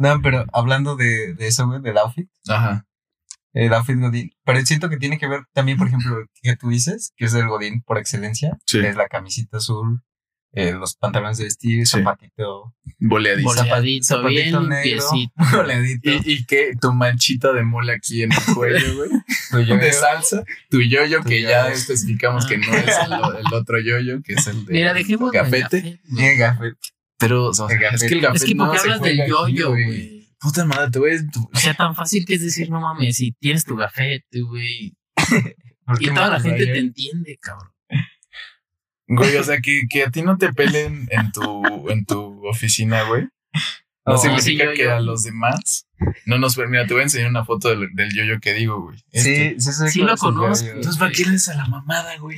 A: No, pero hablando de, de eso, güey, del outfit,
B: Ajá.
A: el outfit Godín. Pero siento que tiene que ver también, por ejemplo, que tú dices, que es el Godín por excelencia,
B: Sí.
A: que es la camisita azul, eh, los pantalones de vestir,
B: Sí.
A: zapatito,
B: Boleadísimo.
A: Boleadísimo.
C: Boleadito,
A: zapatito
C: bien
A: negro.
C: limpiecito.
A: boleadito,
B: Y, y que tu manchita de mole aquí en el cuello, güey.
A: tu yo
B: (laughs)
C: (laughs)
B: de salsa. Tu yoyo,
A: Tu
B: que
A: yoyo.
B: ya especificamos que no es el, el otro yoyo, que es el de
C: Mira, dejemos ¿eh?
B: gafete. (laughs)
A: Llega, güey.
B: Pero, o sea,
A: El
B: es
A: gafete.
B: que el gafete
C: Es que
B: no
C: porque
B: se
C: hablas
B: juega
C: del
B: aquí,
C: yoyo, güey.
B: Puta madre, te voy a- tu-
C: O sea, tan fácil que es decir, no mames, si tienes tu gafete, güey.
A: ¿Por
C: Y
A: qué
C: toda
A: me
C: la gente
A: acordé?
C: te entiende, cabrón.
B: Güey, o sea, que, que a ti no te pelen en tu, en tu oficina, güey. No
A: No,
B: significa
C: sí, yo-
B: que
C: yo.
B: a los demás no nos... Mira, te voy a enseñar una foto del, del yoyo que digo, güey. Este.
A: Sí, sí, soy
C: Sí lo
A: clase, güey.
C: conozco.
B: Entonces, ¿para qué le haces a la mamada, (laughs) güey?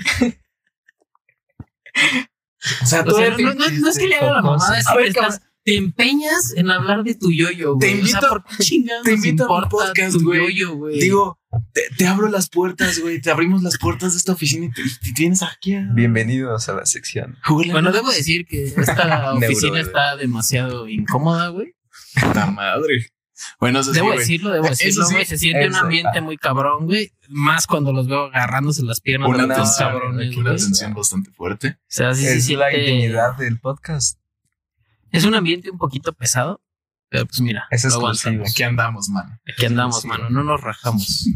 B: O sea,
C: O
B: todo
C: sea,
B: el-
C: no, no- no es que le haga la
A: Cosas.
C: mamada, es
B: A
C: que
B: ver,
C: estás- te empeñas en hablar de tu yoyo, güey.
B: Te
C: o
B: invito-
C: sea, ¿por qué chingados
B: te
C: nos
B: invito a un
C: importa
B: podcast,
C: tu
B: güey.
C: yoyo, güey?
B: Digo, te, te abro las puertas, güey. Te abrimos las puertas de esta oficina y te, y te vienes aquí a
A: Bienvenidos a la sección.
B: jugar la
C: bueno,
B: neta.
C: debo decir que
B: (laughs)
C: esta
A: Neuro,
C: oficina
A: ¿verdad?
C: está demasiado incómoda, güey.
B: Puta madre. Bueno, eso sí,
C: Debo
B: güey.
C: decirlo, debo
B: Eso
C: decirlo,
B: sí,
C: güey. se siente un
A: eso,
C: ambiente
A: ah.
C: muy cabrón, güey. Más cuando los veo agarrándose las piernas
B: Una
C: de los dos
A: tensión,
C: cabrones,
B: una
C: güey. O
B: tensión bastante fuerte.
C: sea, sí se
A: es la
C: siente-
A: intimidad del podcast. Eh,
C: Es un ambiente un poquito pesado, pero pues mira,
A: Es
C: lo
A: exclusivo.
C: aguantamos.
B: Aquí andamos, mano.
C: Aquí andamos,
A: exclusivo.
C: mano, no nos rajamos.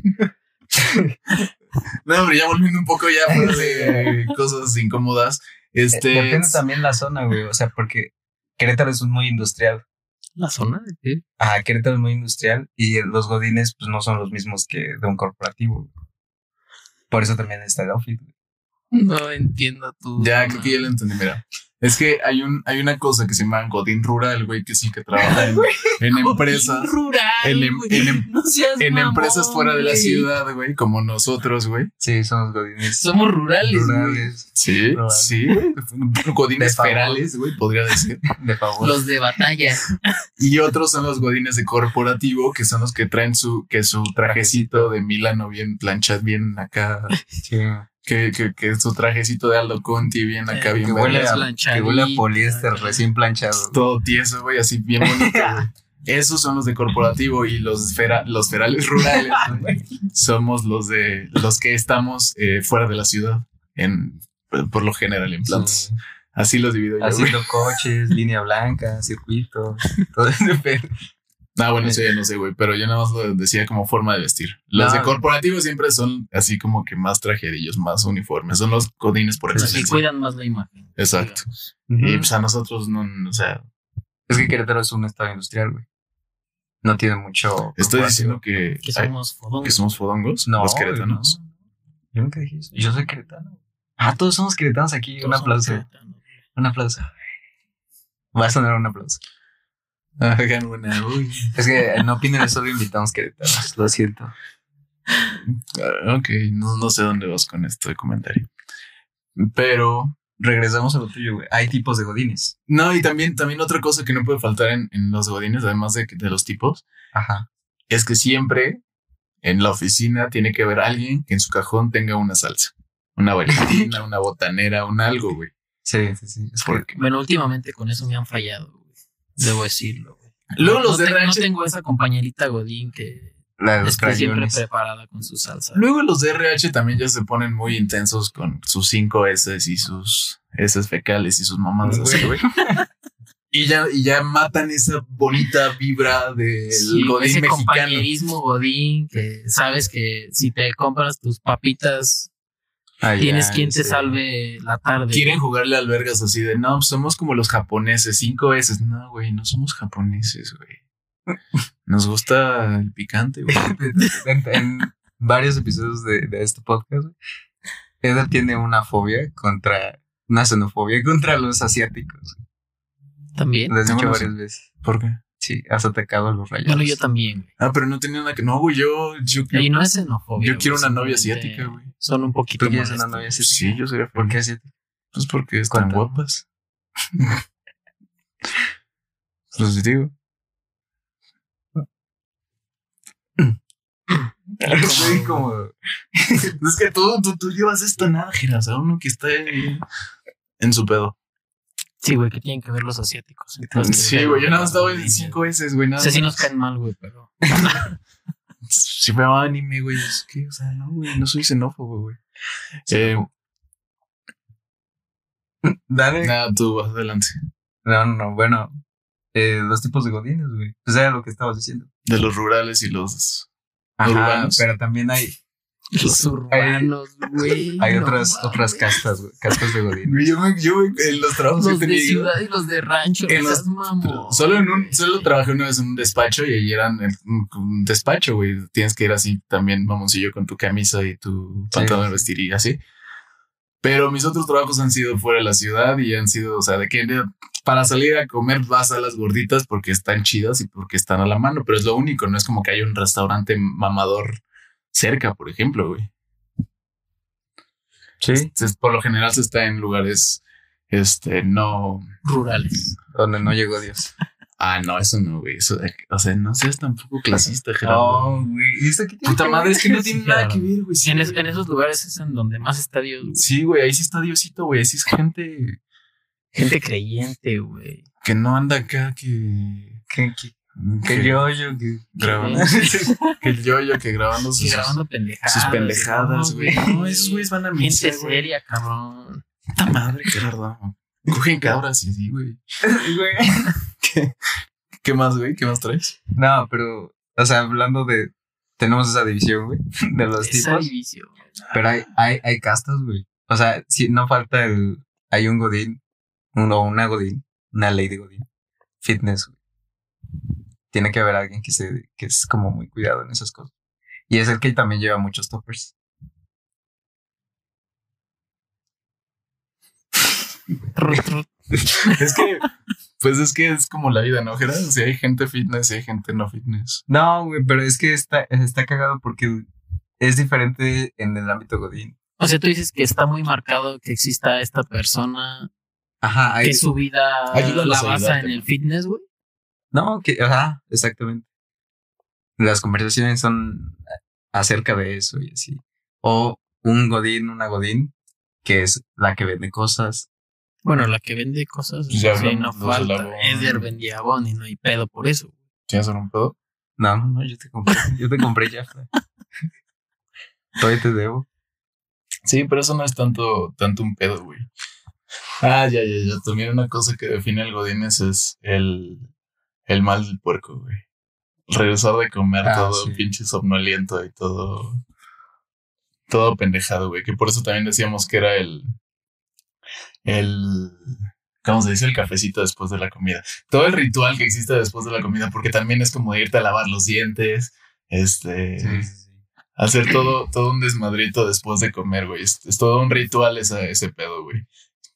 B: No, pero ya volviendo un poco ya fuera
C: (laughs)
B: de cosas incómodas.
A: Eh,
B: Este.
A: Depende también la zona, güey. O sea, porque Querétaro es un muy industrial.
C: La zona de qué?
A: Ajá, Querétaro es muy industrial y los godines pues no son los mismos que de un corporativo. güey. Por eso también está el outfit. güey.
C: No entiendo tu.
B: Ya,
C: zona.
B: creo que ya lo entendí. Mira, es que hay, un, hay una cosa que se llama Godín Rural, güey, que es el que trabaja en, (laughs) en empresas.
C: Rural,
B: en em-
C: güey.
B: en em-
C: No seas
B: En
C: mamón,
B: empresas fuera de la
C: güey.
B: ciudad, güey, como nosotros, güey.
A: Sí, son los godines
C: Somos rurales. güey.
A: rurales,
B: Sí,
A: Rural.
B: sí. (laughs) Godines
A: De favor.
B: ferales, güey, podría decir.
A: de favor.
C: Los de batalla.
B: Y otros son los godines de corporativo, que son los que traen su, que su trajecito de Milano bien planchado, bien acá,
A: Sí.
B: que, que, que su trajecito de Aldo Conti bien acá,
C: Eh,
B: bien
A: Que huele,
B: vergas,
A: a,
C: planchadito.
A: que huele a poliéster recién planchado. güey.
B: todo tieso, güey, así bien bonito. güey. Esos son los de corporativo y los, fera- los ferales rurales güey, somos los de los que estamos eh, fuera de la ciudad, en, por lo general en plantas.
A: Sí.
B: Así los divido yo. güey.
A: Haciendo coches, línea blanca, circuitos, (laughs) todo ese pedo.
B: Ah, bueno, eso ya no sé, güey, pero yo nada más lo decía como forma de vestir. Los
A: No,
B: de
A: güey.
B: corporativo siempre son así como que más trajerillos, más uniformes, son los codines por
C: Los que
B: excelencia.
C: cuidan más la imagen.
B: Exacto.
C: Eh,
B: Y pues a nosotros no, no, o sea,
A: Es que Querétaro es un estado industrial, güey. No tiene mucho.
B: estoy
A: corporativo.
B: diciendo que,
C: Que
B: ay,
C: somos
B: que
C: fodones.
B: somos fodongos,
A: No,
B: los queretanos.
A: no, no. Yo nunca dije eso. Yo soy queretano. Ah, todos somos queretanos aquí.
C: Todos
A: un
C: somos
A: aplauso.
C: queretanos.
A: Un aplauso. Va a sonar un aplauso.
B: (laughs) Hagan una, uy.
A: Es que eh, no opinen eso de invitamos queretanos. Lo siento.
B: Ah, Ok, no, no sé dónde vas con este comentario. Pero,
A: Regresamos a lo tuyo, güey. Hay tipos de godines.
B: no, y también, también otra cosa que no puede faltar en, en los godines, además de, que- de los tipos,
A: Ajá.
B: es que siempre en la oficina tiene que haber alguien que en su cajón tenga una salsa, una valentina,
C: (laughs)
B: una botanera, un algo, güey.
A: Sí, sí, sí. Es que-
B: Porque
C: Bueno, últimamente con eso me han fallado, güey. Debo decirlo, güey.
B: luego
C: no,
B: los de
C: tengo- no
B: rancho,
C: tengo esa compañerita Godín que
A: la de los
C: está siempre
A: crayones.
C: preparada con su salsa.
B: luego los de RH también ya se ponen muy intensos con sus cinco S y sus S fecales y sus mamadas
A: Ah, Güey.
B: así, güey. Y ya, y ya matan esa bonita vibra del
C: Sí,
B: godín
C: ese
B: mexicano.
C: compañerismo Godín, que sabes que si te compras tus papitas,
A: Ah, ya,
C: tienes quien te
A: sí.
C: salve la tarde.
B: Quieren jugarle al vergas así de no, somos como los japoneses, cinco S. No, güey, no somos japoneses, güey. Nos gusta el picante,
A: (laughs)
B: güey.
A: en, en varios episodios de, de este podcast, güey, Eder tiene una fobia contra, una xenofobia contra los asiáticos.
C: También.
A: Lo has dicho
B: Vámonos.
A: varias veces.
B: ¿Por qué?
A: Sí, has atacado a los rayados.
C: Bueno, yo también, güey.
B: Ah, pero no tenía nada que. No, güey, yo. yo
C: Y no es xenofobia.
B: Yo quiero
C: güey,
B: una novia
C: simplemente
B: asiática, güey.
C: Son un poquito
A: ¿Tú quieres una
C: molestos.
A: novia asiática?
B: Sí, yo sería
A: ¿Por
B: feliz.
A: qué asiático?
B: Pues porque están
A: Cuéntame.
B: guapas. (laughs) Pues Los digo.
C: este,
A: (laughs) Estoy como.
B: Es que tú, tú, tú llevas esto nada, giras a uno que está en, en su pedo.
C: Sí, güey, que tienen que ver los asiáticos. Entonces,
B: Sí, güey, yo nada más estaba en cinco veces, güey.
C: O
B: Nada
C: sea, sí
B: más.
C: nos caen mal, güey, pero.
B: Si veo anime, güey, es que, o sea, no, güey, no soy xenófobo, güey. Eh,
A: Dale.
B: nada, tú vas adelante.
A: No, no, no, bueno. eh, los tipos de godines, güey. Pues era lo que estabas diciendo.
B: De los rurales y los.
A: Ajá,
B: Urbanos.
A: pero también hay,
C: Los urbanos,
B: (laughs)
C: güey.
A: hay
C: no
A: otras,
C: mames.
A: otras castas, güey, castas de godines.
B: Yo, me- yo me- en los trabajos
C: Los
B: que
C: de
B: tenía. yo-
C: ciudad y los de rancho.
B: En
C: no
B: los-
C: seas mamón.
B: Solo en un, solo trabajé una vez en un despacho y ahí eran el- un, un despacho, güey. Tienes que ir así también, mamoncillo, con tu camisa y tu
A: Sí,
B: pantalón
A: sí.
B: de vestir y así. Pero mis otros trabajos han sido fuera de la ciudad y han sido, o sea, de que de- para salir a comer vas a las gorditas porque están chidas y porque están a la mano, pero es lo único, no es como que hay un restaurante mamador cerca, por ejemplo, güey.
A: Sí.
B: Entonces, por lo general se está en lugares, este, no,
C: Rurales.
A: Donde no llegó Dios.
B: Ah, no, eso no, güey. Eso, de- o sea, no seas tampoco clasista, Gerardo.
A: No, Oh, güey. ¿Y esto qué tiene
B: Puta
A: que
B: madre,
A: ver?
B: es que no tiene
C: Sí,
B: nada
C: claro.
B: que ver, güey. sí,
C: En, es-
B: güey.
C: en esos lugares es en donde más está Dios, güey.
B: Sí, güey, ahí sí está Diosito, güey. Ahí sí es gente
C: Gente creyente, güey.
B: que no anda acá, que.
A: Que, que,
B: que-
A: que yo, yo, que. (laughs)
B: grabando. (laughs) que el yo-yo, que grabando
C: Sí, (laughs)
B: sus,
C: grabando pendejadas.
B: sus pendejadas,
C: ¿no,
B: güey. No, esos güeyes van a misa,
C: Gente
B: güey.
C: seria, cabrón.
B: Puta madre, Gerardo. Cogen cabras y sí, güey.
A: Güey.
B: ¿Qué más, güey? ¿Qué más traes?
A: No, pero, o sea, hablando de. Tenemos esa división, güey, (laughs) de los
C: Esa
A: tipos.
C: división.
A: Pero hay, hay, hay castas, güey. O sea, si no falta el. Hay un Godín, uno, una Godín, una Lady Godín. Fitness, güey. Tiene que haber alguien que, se, que es como muy cuidado en esas cosas. Y es el que también lleva muchos toppers.
C: Tru, tru.
B: Es que. Pues es que es como la vida, ¿no, Gerardo? Si hay gente fitness y hay gente no fitness.
A: No, güey, pero es que está, está cagado porque es diferente en el ámbito Godín.
C: O sea, tú dices que está muy marcado que exista esta persona
A: Ajá, hay,
C: que su vida
B: Ayúdanos a
C: la basa
B: ayudarte,
C: en el
B: ¿no?
C: fitness, güey.
A: No, que, ajá, exactamente. Las conversaciones son acerca de eso y así. O un godín, una godín, que es la que vende cosas.
C: Bueno, la que vende cosas
B: Pues ya
C: o sea,
B: hablamos
C: no
B: de los
C: falta.
B: Labón.
C: Eder vendía Avon y no hay pedo por eso.
B: ¿Tienes algún pedo?
A: No, no, no, yo te compré, yo te compré ya. Todavía te debo.
B: Sí, pero eso no es tanto, tanto un pedo, güey. Ah, ya, ya, ya. También una cosa que define al Godínez es el, el mal del puerco, güey. Regresar de comer
A: Ah,
B: todo
A: sí.
B: pinche somnoliento y todo. Todo pendejado, güey. Que por eso también decíamos que era el. El. ¿Cómo se dice? El cafecito después de la comida. Todo el ritual que existe después de la comida, porque también es como irte a lavar los dientes. Este hacer todo, todo un desmadrito después de comer, güey. Es, es todo un ritual esa, ese pedo, güey.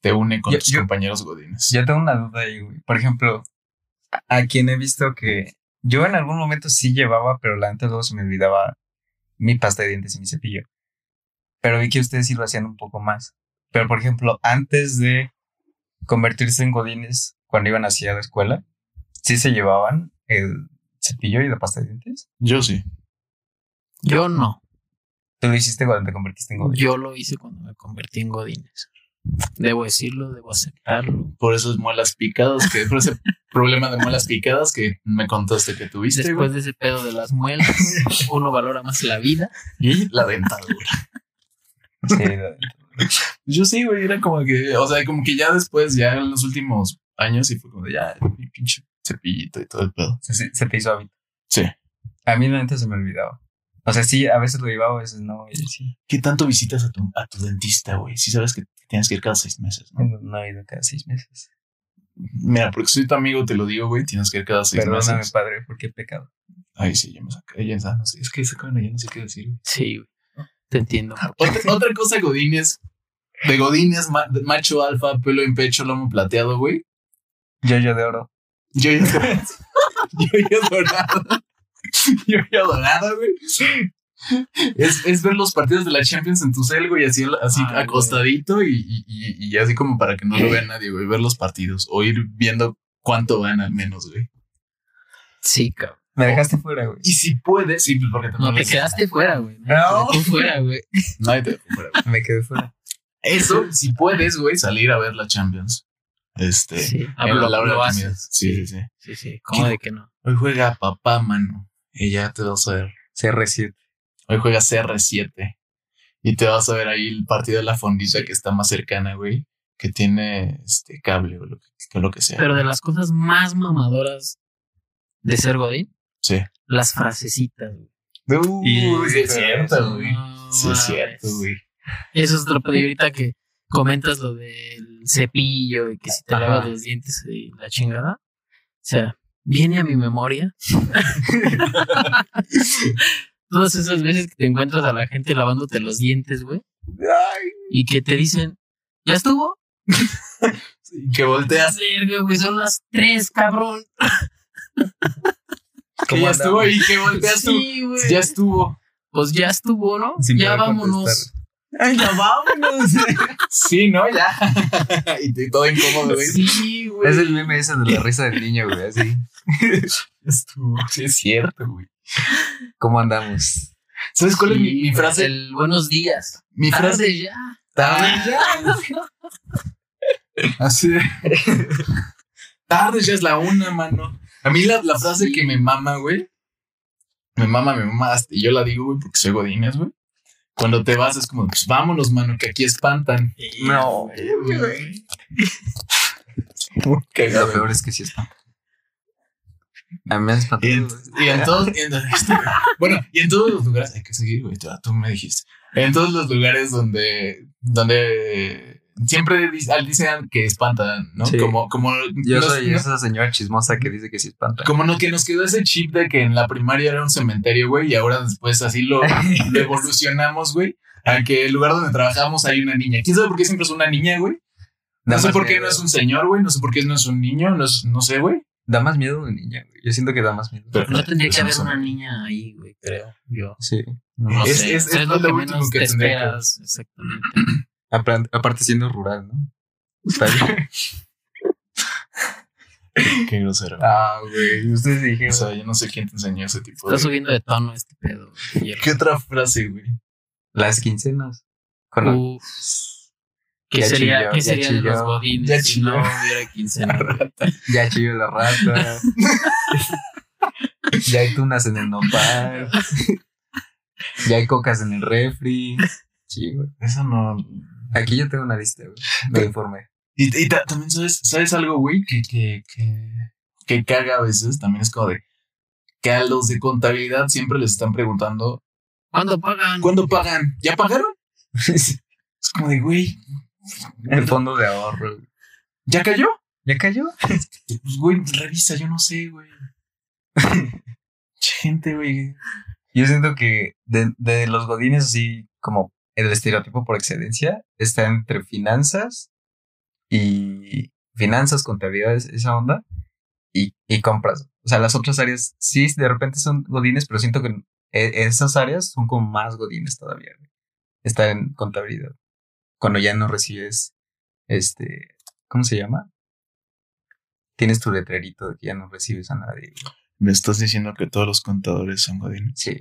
B: Te une con
A: Yo-
B: tus
A: yo-
B: compañeros godines.
A: Yo tengo una duda ahí, güey. Por ejemplo, a, a quien he visto que yo en algún momento sí llevaba, pero la antes luego se me olvidaba mi pasta de dientes y mi cepillo. Pero vi que ustedes sí lo hacían un poco más. Pero, por ejemplo, antes de convertirse en godines, cuando iban así a la escuela, sí se llevaban el cepillo y la pasta de dientes.
B: Yo sí.
C: Yo no.
A: Tú lo hiciste cuando te convertiste en godín.
C: Yo lo hice cuando me convertí en Godines. Debo decirlo, debo aceptarlo.
B: Por esas muelas picadas, que por ese problema de muelas picadas que me contaste que tuviste.
C: Después de ese pedo de las (laughs) muelas, uno valora más la vida.
B: güey. Y la dentadura.
A: Sí, la-
B: Yo sí, güey, era como que, o sea, como que ya después, ya en los últimos años, y fue como de ya, mi pinche cepillito y todo el pedo.
A: se, se- se te hizo hábito.
B: Sí.
A: A mí la neta se me olvidaba. O sea, sí, a veces lo llevaba, a veces no. Y sí,
B: ¿Qué tanto visitas a tu, a tu dentista, güey? Si sabes que tienes que ir cada seis meses, ¿no?
A: no he ido cada seis meses.
B: Mira, porque soy tu amigo, te lo digo, güey, tienes que ir cada seis meses.
A: Perdóname, padre, porque he pecado.
B: Ay, sí, ya me saca. Ya está, no sé. Es que esa cosa ya no sé qué decir. güey.
C: Sí, güey. Ah, Te entiendo.
B: (laughs) Otra, otra cosa, Godines. De Godines, ma- de macho alfa, pelo en pecho, lomo plateado, güey.
A: Yo, yo de oro.
B: Yo ya dorado. (laughs) Yo ya dorado. Yo ya dorado, güey. Es, es ver los partidos de la Champions en tu cel, güey, así, así
C: Ah, güey.
B: acostadito y, y- y- y así como para que no lo vea nadie, güey. Ver los partidos o ir viendo cuánto van al menos, güey.
C: Sí, cabrón.
A: Me dejaste fuera, (laughs) güey.
B: Y si puedes, sí, pues porque
C: No, te
B: quedas.
C: quedaste fuera, güey.
A: No.
C: Te dejó fuera, güey.
B: Nadie te dejó fuera, güey.
A: Me quedé fuera.
B: Eso, si puedes, güey, salir a ver la Champions. Este.
C: Sí,
B: en
C: Ah, lo,
B: la hora de
C: lo
B: la comida.
C: haces.
B: Sí, sí, sí.
C: Sí, sí. ¿Cómo de que no?
B: Hoy juega papá, mano. Y ya te vas a ver.
A: CR7.
B: Hoy juega CR7. Y te vas a ver ahí el partido de la fondita que está más cercana, güey. Que tiene este cable o lo que, o lo que sea.
C: Pero de las cosas más mamadoras de ser Godín,
B: sí.
C: las frasecitas, güey.
B: Uy, sí
A: pero
B: es cierto,
A: eso
B: güey.
C: No
B: Sí es cierto,
C: mames.
B: güey.
C: Eso es lo pedí ahorita que comentas lo del cepillo y que si te
A: Ajá.
C: lavas los dientes y la chingada. O sea, viene a mi memoria. (laughs) Todas esas veces que te encuentras a la gente lavándote los dientes, güey,
A: Ay,
C: y que te dicen, ¿ya estuvo?
B: Sí, Que volteas.
C: Verga, güey, son las tres, cabrón.
B: Que
A: ¿Cómo
B: ya
A: andamos?
B: estuvo y que volteas tú.
C: Sí, güey.
B: Ya estuvo.
C: Pues ya estuvo, ¿no?
A: Sin
C: ya
A: poder
C: vámonos.
A: contestar.
B: Ay, ya
A: (laughs)
B: vámonos. sí, ¿no? Ya. (laughs) y te- todo incómodo, güey.
C: Sí, güey.
A: Es el meme ese de la risa del niño, güey, así.
B: Estuvo. Sí, es cierto, güey.
A: ¿Cómo andamos?
B: ¿Sabes cuál es mi, mi
C: Sí,
B: frase?
C: El buenos días.
B: mi frase.
C: Tarde ya.
B: Tarde
A: (laughs)
B: Así. Tarde, ya es la una, mano. A mí la, la frase que me mama, güey. Me mama, me mama. hasta- Y yo la digo, güey, porque soy godines, güey. Cuando te vas es como, pues vámonos, mano, que aquí espantan.
A: No.
C: güey.
A: Lo peor es que sí está. A mí me espantó.
B: Y en, y en todos, y en- bueno, y en todos los lugares, hay que seguir, güey, tú, tú me dijiste. En todos los lugares donde, donde siempre dic- al- dicen que espantan, ¿no?
A: Sí.
B: Como, como,
A: Yo
B: los-
A: soy
B: no-
A: esa señora chismosa que dice que sí espanta.
B: como no, que nos quedó ese chip de que en la primaria era un cementerio, güey, y ahora después así lo, lo evolucionamos, güey, a que el lugar donde trabajamos hay una niña. ¿Quién sabe por qué siempre es una niña, güey? No
A: Da
B: sé
A: más
B: por qué
A: miedo.
B: no es un señor, güey, no sé por qué no es un niño, no, es- no sé, güey.
A: Da más miedo una niña, güey. Yo siento que da más miedo.
B: Pero-
C: No tendría que
B: pero
C: haber
B: son-
C: una niña ahí, güey, creo yo.
A: Sí.
C: No
B: Es-
C: sé,
B: es-
C: o sea,
B: es lo último que
C: te
B: tendría que-
C: esperas, exactamente.
A: Apra- Aparte siendo rural, ¿no? Está
C: (laughs)
A: bien.
B: Qué grosero.
A: ah, güey. Ustedes dijeron.
B: O sea, yo no sé quién te enseñó ese tipo
C: Está
B: de...
C: subiendo de tono este pedo. güey, hierro.
B: ¿Qué otra frase, güey?
A: Las quincenas. Con
C: Uf. ¿Qué
A: Ya
C: sería,
A: chilló,
C: ¿qué
A: ya
C: sería de los
A: chilló,
C: godines
B: ya
C: si no
B: chilló.
C: hubiera quincena? güey?
B: (laughs)
A: Ya chilló la
C: (laughs)
A: rata. ya hay tunas en el nopal. ya hay cocas en el refri. Sí, güey.
B: Esa no...
A: Aquí yo tengo una lista, güey. Me informé.
B: Y, y ta- también sabes, sabes algo, güey, que, que, que, que caga a veces, también es como de... Que a los de contabilidad siempre les están preguntando,
C: ¿Cuándo pagan?
B: ¿cuándo pagan? ¿Ya pagaron? (laughs) Es como de, güey,
A: el fondo de ahorro. güey.
B: ¿ya cayó?
A: ¿Ya cayó?
B: Pues, güey, revisa, yo no sé, (laughs) güey. Gente, güey.
A: Yo siento que de, de los godines, así como el estereotipo por excelencia, está entre finanzas y finanzas, contabilidades, esa onda, y, y compras. O sea, las otras áreas sí, de repente son godines, pero siento que e- esas áreas son como más godines todavía. güey. Está en contabilidad. Cuando ya no recibes, este, ¿cómo se llama? Tienes tu letrerito de que ya no recibes a nadie. güey.
B: Me estás diciendo que todos los contadores son godines.
A: Sí.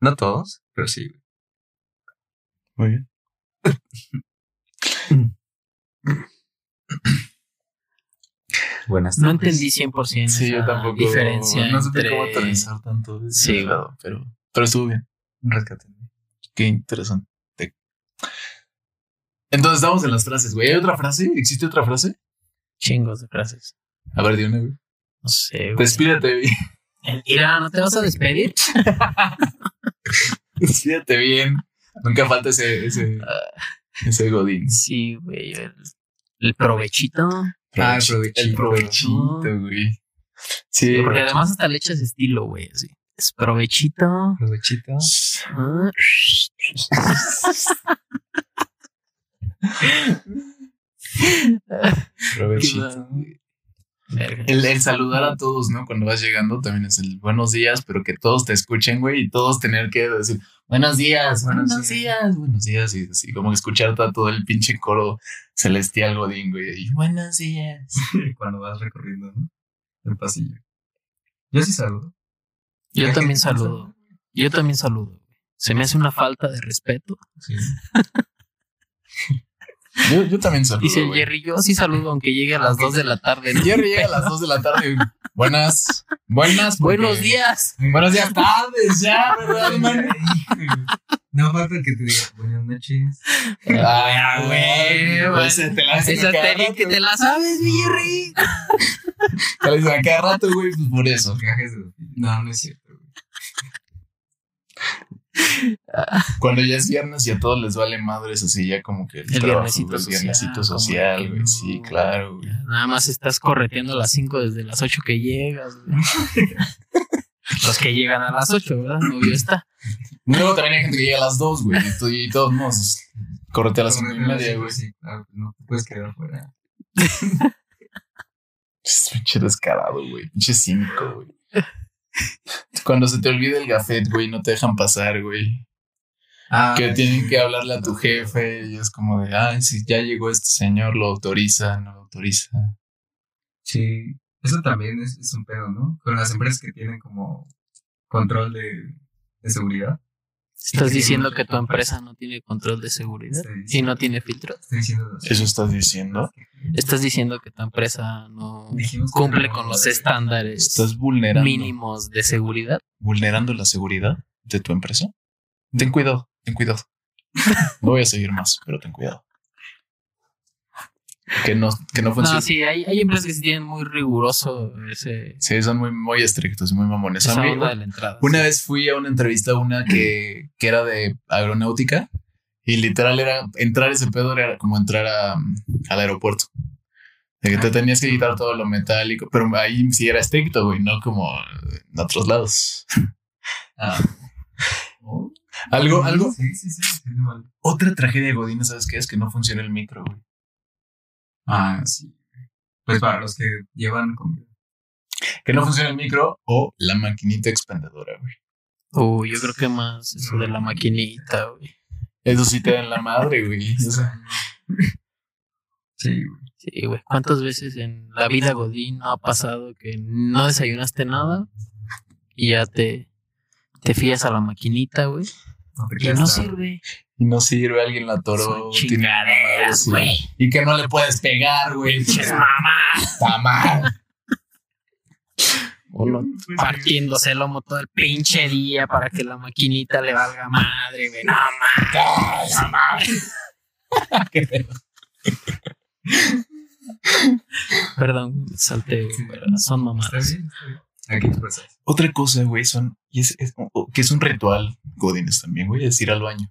A: No todos, pero sí. güey.
B: Muy bien.
A: Buenas
C: No
A: tardes.
C: entendí 100%
B: Sí, yo
C: esa
B: tampoco.
C: diferencia
B: No supe cómo
C: entre-
B: aterrizar tanto. de
C: Sí,
B: ese
C: güey.
B: lado, pero, pero estuvo bien.
A: Rescátenme.
B: Qué interesante. Entonces, estamos en las frases, güey. ¿Hay otra frase? ¿Existe otra frase?
C: chingos de frases.
B: A ver, di una, güey.
C: No sé, güey.
B: Despídete bien. (laughs)
C: Mira, ¿no te vas a despedir?
B: Despídete bien. Nunca falta ese, ese, ese godín.
C: Sí, güey. El, el provechito.
A: Ah, el
B: El
A: provechito.
B: provechito, güey. Sí.
C: Porque además hasta le echas estilo, güey. Así. Es provechito.
A: Provechito.
C: Ah,
B: Provechito.
C: verga.
B: El, el saludar a todos, ¿no? Cuando vas llegando también es el buenos días, pero que todos te escuchen, güey, y todos tener que decir buenos días, buenos,
A: Buenos
B: días. buenos días, y así como escucharte a todo el pinche coro celestial godín, güey, y buenos días.
A: Cuando vas recorriendo, ¿no? el pasillo. Yo sí saludo.
C: Yo
A: Hay
C: también
A: gente que no
C: saludo. Yo también saludo. Se me hace una falta de respeto.
A: Sí.
B: Yo, yo también saludo.
C: Dice el
B: güey.
C: Jerry, yo sí saludo aunque llegue a las 2 de la tarde.
B: El Jerry llega a las 2 de la tarde. güey. Buenas, buenas. porque-
C: (laughs) Buenos días.
B: Buenos días, tardes, ya, ¿verdad,
A: (laughs)
B: hermano?
A: No falta el que te diga buenas noches.
B: Ah, güey.
C: güey.
B: Esa te la hacen
C: Esa
B: a cada
C: tenis
B: rato,
C: que te la sabes, mi Jerry.
B: Te la dicen a cada rato, güey, pues por eso.
A: Los gajes de- No, no es cierto. güey.
B: Cuando ya es viernes y a todos les vale madres, así ya como que el, trabajo,
C: viernesito
B: güey, el
C: social,
B: viernesito
C: como
B: social,
C: que
B: güey.
C: no.
B: Sí, claro, güey.
C: Nada más estás correteando a las 5 desde las 8 que llegas. güey. (laughs) Los que llegan a las 8, ¿verdad? Obvio está.
B: Luego también hay gente que llega a las 2, güey. Y tú- Y todos modos, correte a las 5 y media, güey.
A: Sí, claro, Ah, pues, no te puedes quedar fuera.
B: Es pinche descarado, güey. Pinche cínico, güey. Cuando se te olvida el gafet, güey, no te dejan pasar, güey.
A: Ah,
B: Que tienen que hablarle a tu jefe y es como de, ah, si ya llegó este señor, lo autoriza, no lo autoriza.
A: Sí. Eso también es, es un pedo, ¿no? Con las empresas que tienen como control de, de seguridad.
C: Estás diciendo que tu empresa no tiene control de seguridad y no tiene filtros.
A: Estoy diciendo
B: ¿Eso estás diciendo?
C: Estás diciendo que tu empresa (laughs) no
A: Dijimos que
C: cumple
A: no.
C: con los estándares
B: ¿Estás vulnerando,
C: mínimos de seguridad.
B: vulnerando la seguridad de tu empresa? Ten cuidado, ten cuidado. No voy a seguir más, pero ten cuidado. Que no, que no funcione.
C: No, sí, hay, hay empresas que sí tienen muy riguroso ese,
B: Sí, son muy, muy estrictos, muy mamones. A
C: esa
B: mí,
C: onda de la entrada.
B: Una vez fui a una entrevista, a una que, que era de aeronáutica, y literal era entrar ese pedo, era como entrar a, mm, al aeropuerto. De que te tenías que quitar todo lo metálico, pero ahí sí era estricto, güey, no como en otros (laughs) lados.
A: Ah. Oh.
B: (laughs) Algo, algo.
A: Sí, sí, sí. sí, no mal.
B: Otra tragedia de Godín, ¿sabes qué? Es que no funciona el micro, güey.
A: Ah, sí. Pues para los que llevan comida.
B: Que no funciona el micro o la maquinita expendedora, güey.
C: Uy, yo creo que más eso de la maquinita, güey.
B: Eso sí te da en la madre, (laughs) güey. O sea,
A: Sí, güey.
C: Sí, güey. ¿Cuántas veces en la vida Godín no ha pasado que no desayunaste nada y ya te, te fías a la maquinita, güey?
A: No te
C: Y
A: quedas
C: no
A: tarde.
C: sirve.
B: Y no sirve, alguien la atoró.
C: Son
B: tiene la madre,
C: chingaderas,
B: sí.
C: güey.
B: Y que no le puedes pegar, güey.
C: (laughs) Pinches mamá.
B: Está mal.
C: Uno
A: Pues,
C: partiéndose el lomo todo el pinche día para que la maquinita le valga madre, güey. No mames. (laughs) Perdón, salté, güey, pero son
A: Está
C: mamadas.
A: bien, está bien. Aquí expresas.
B: Otra cosa, güey, son, y es, es- o- que es un ritual, Godines también, güey, es ir al baño.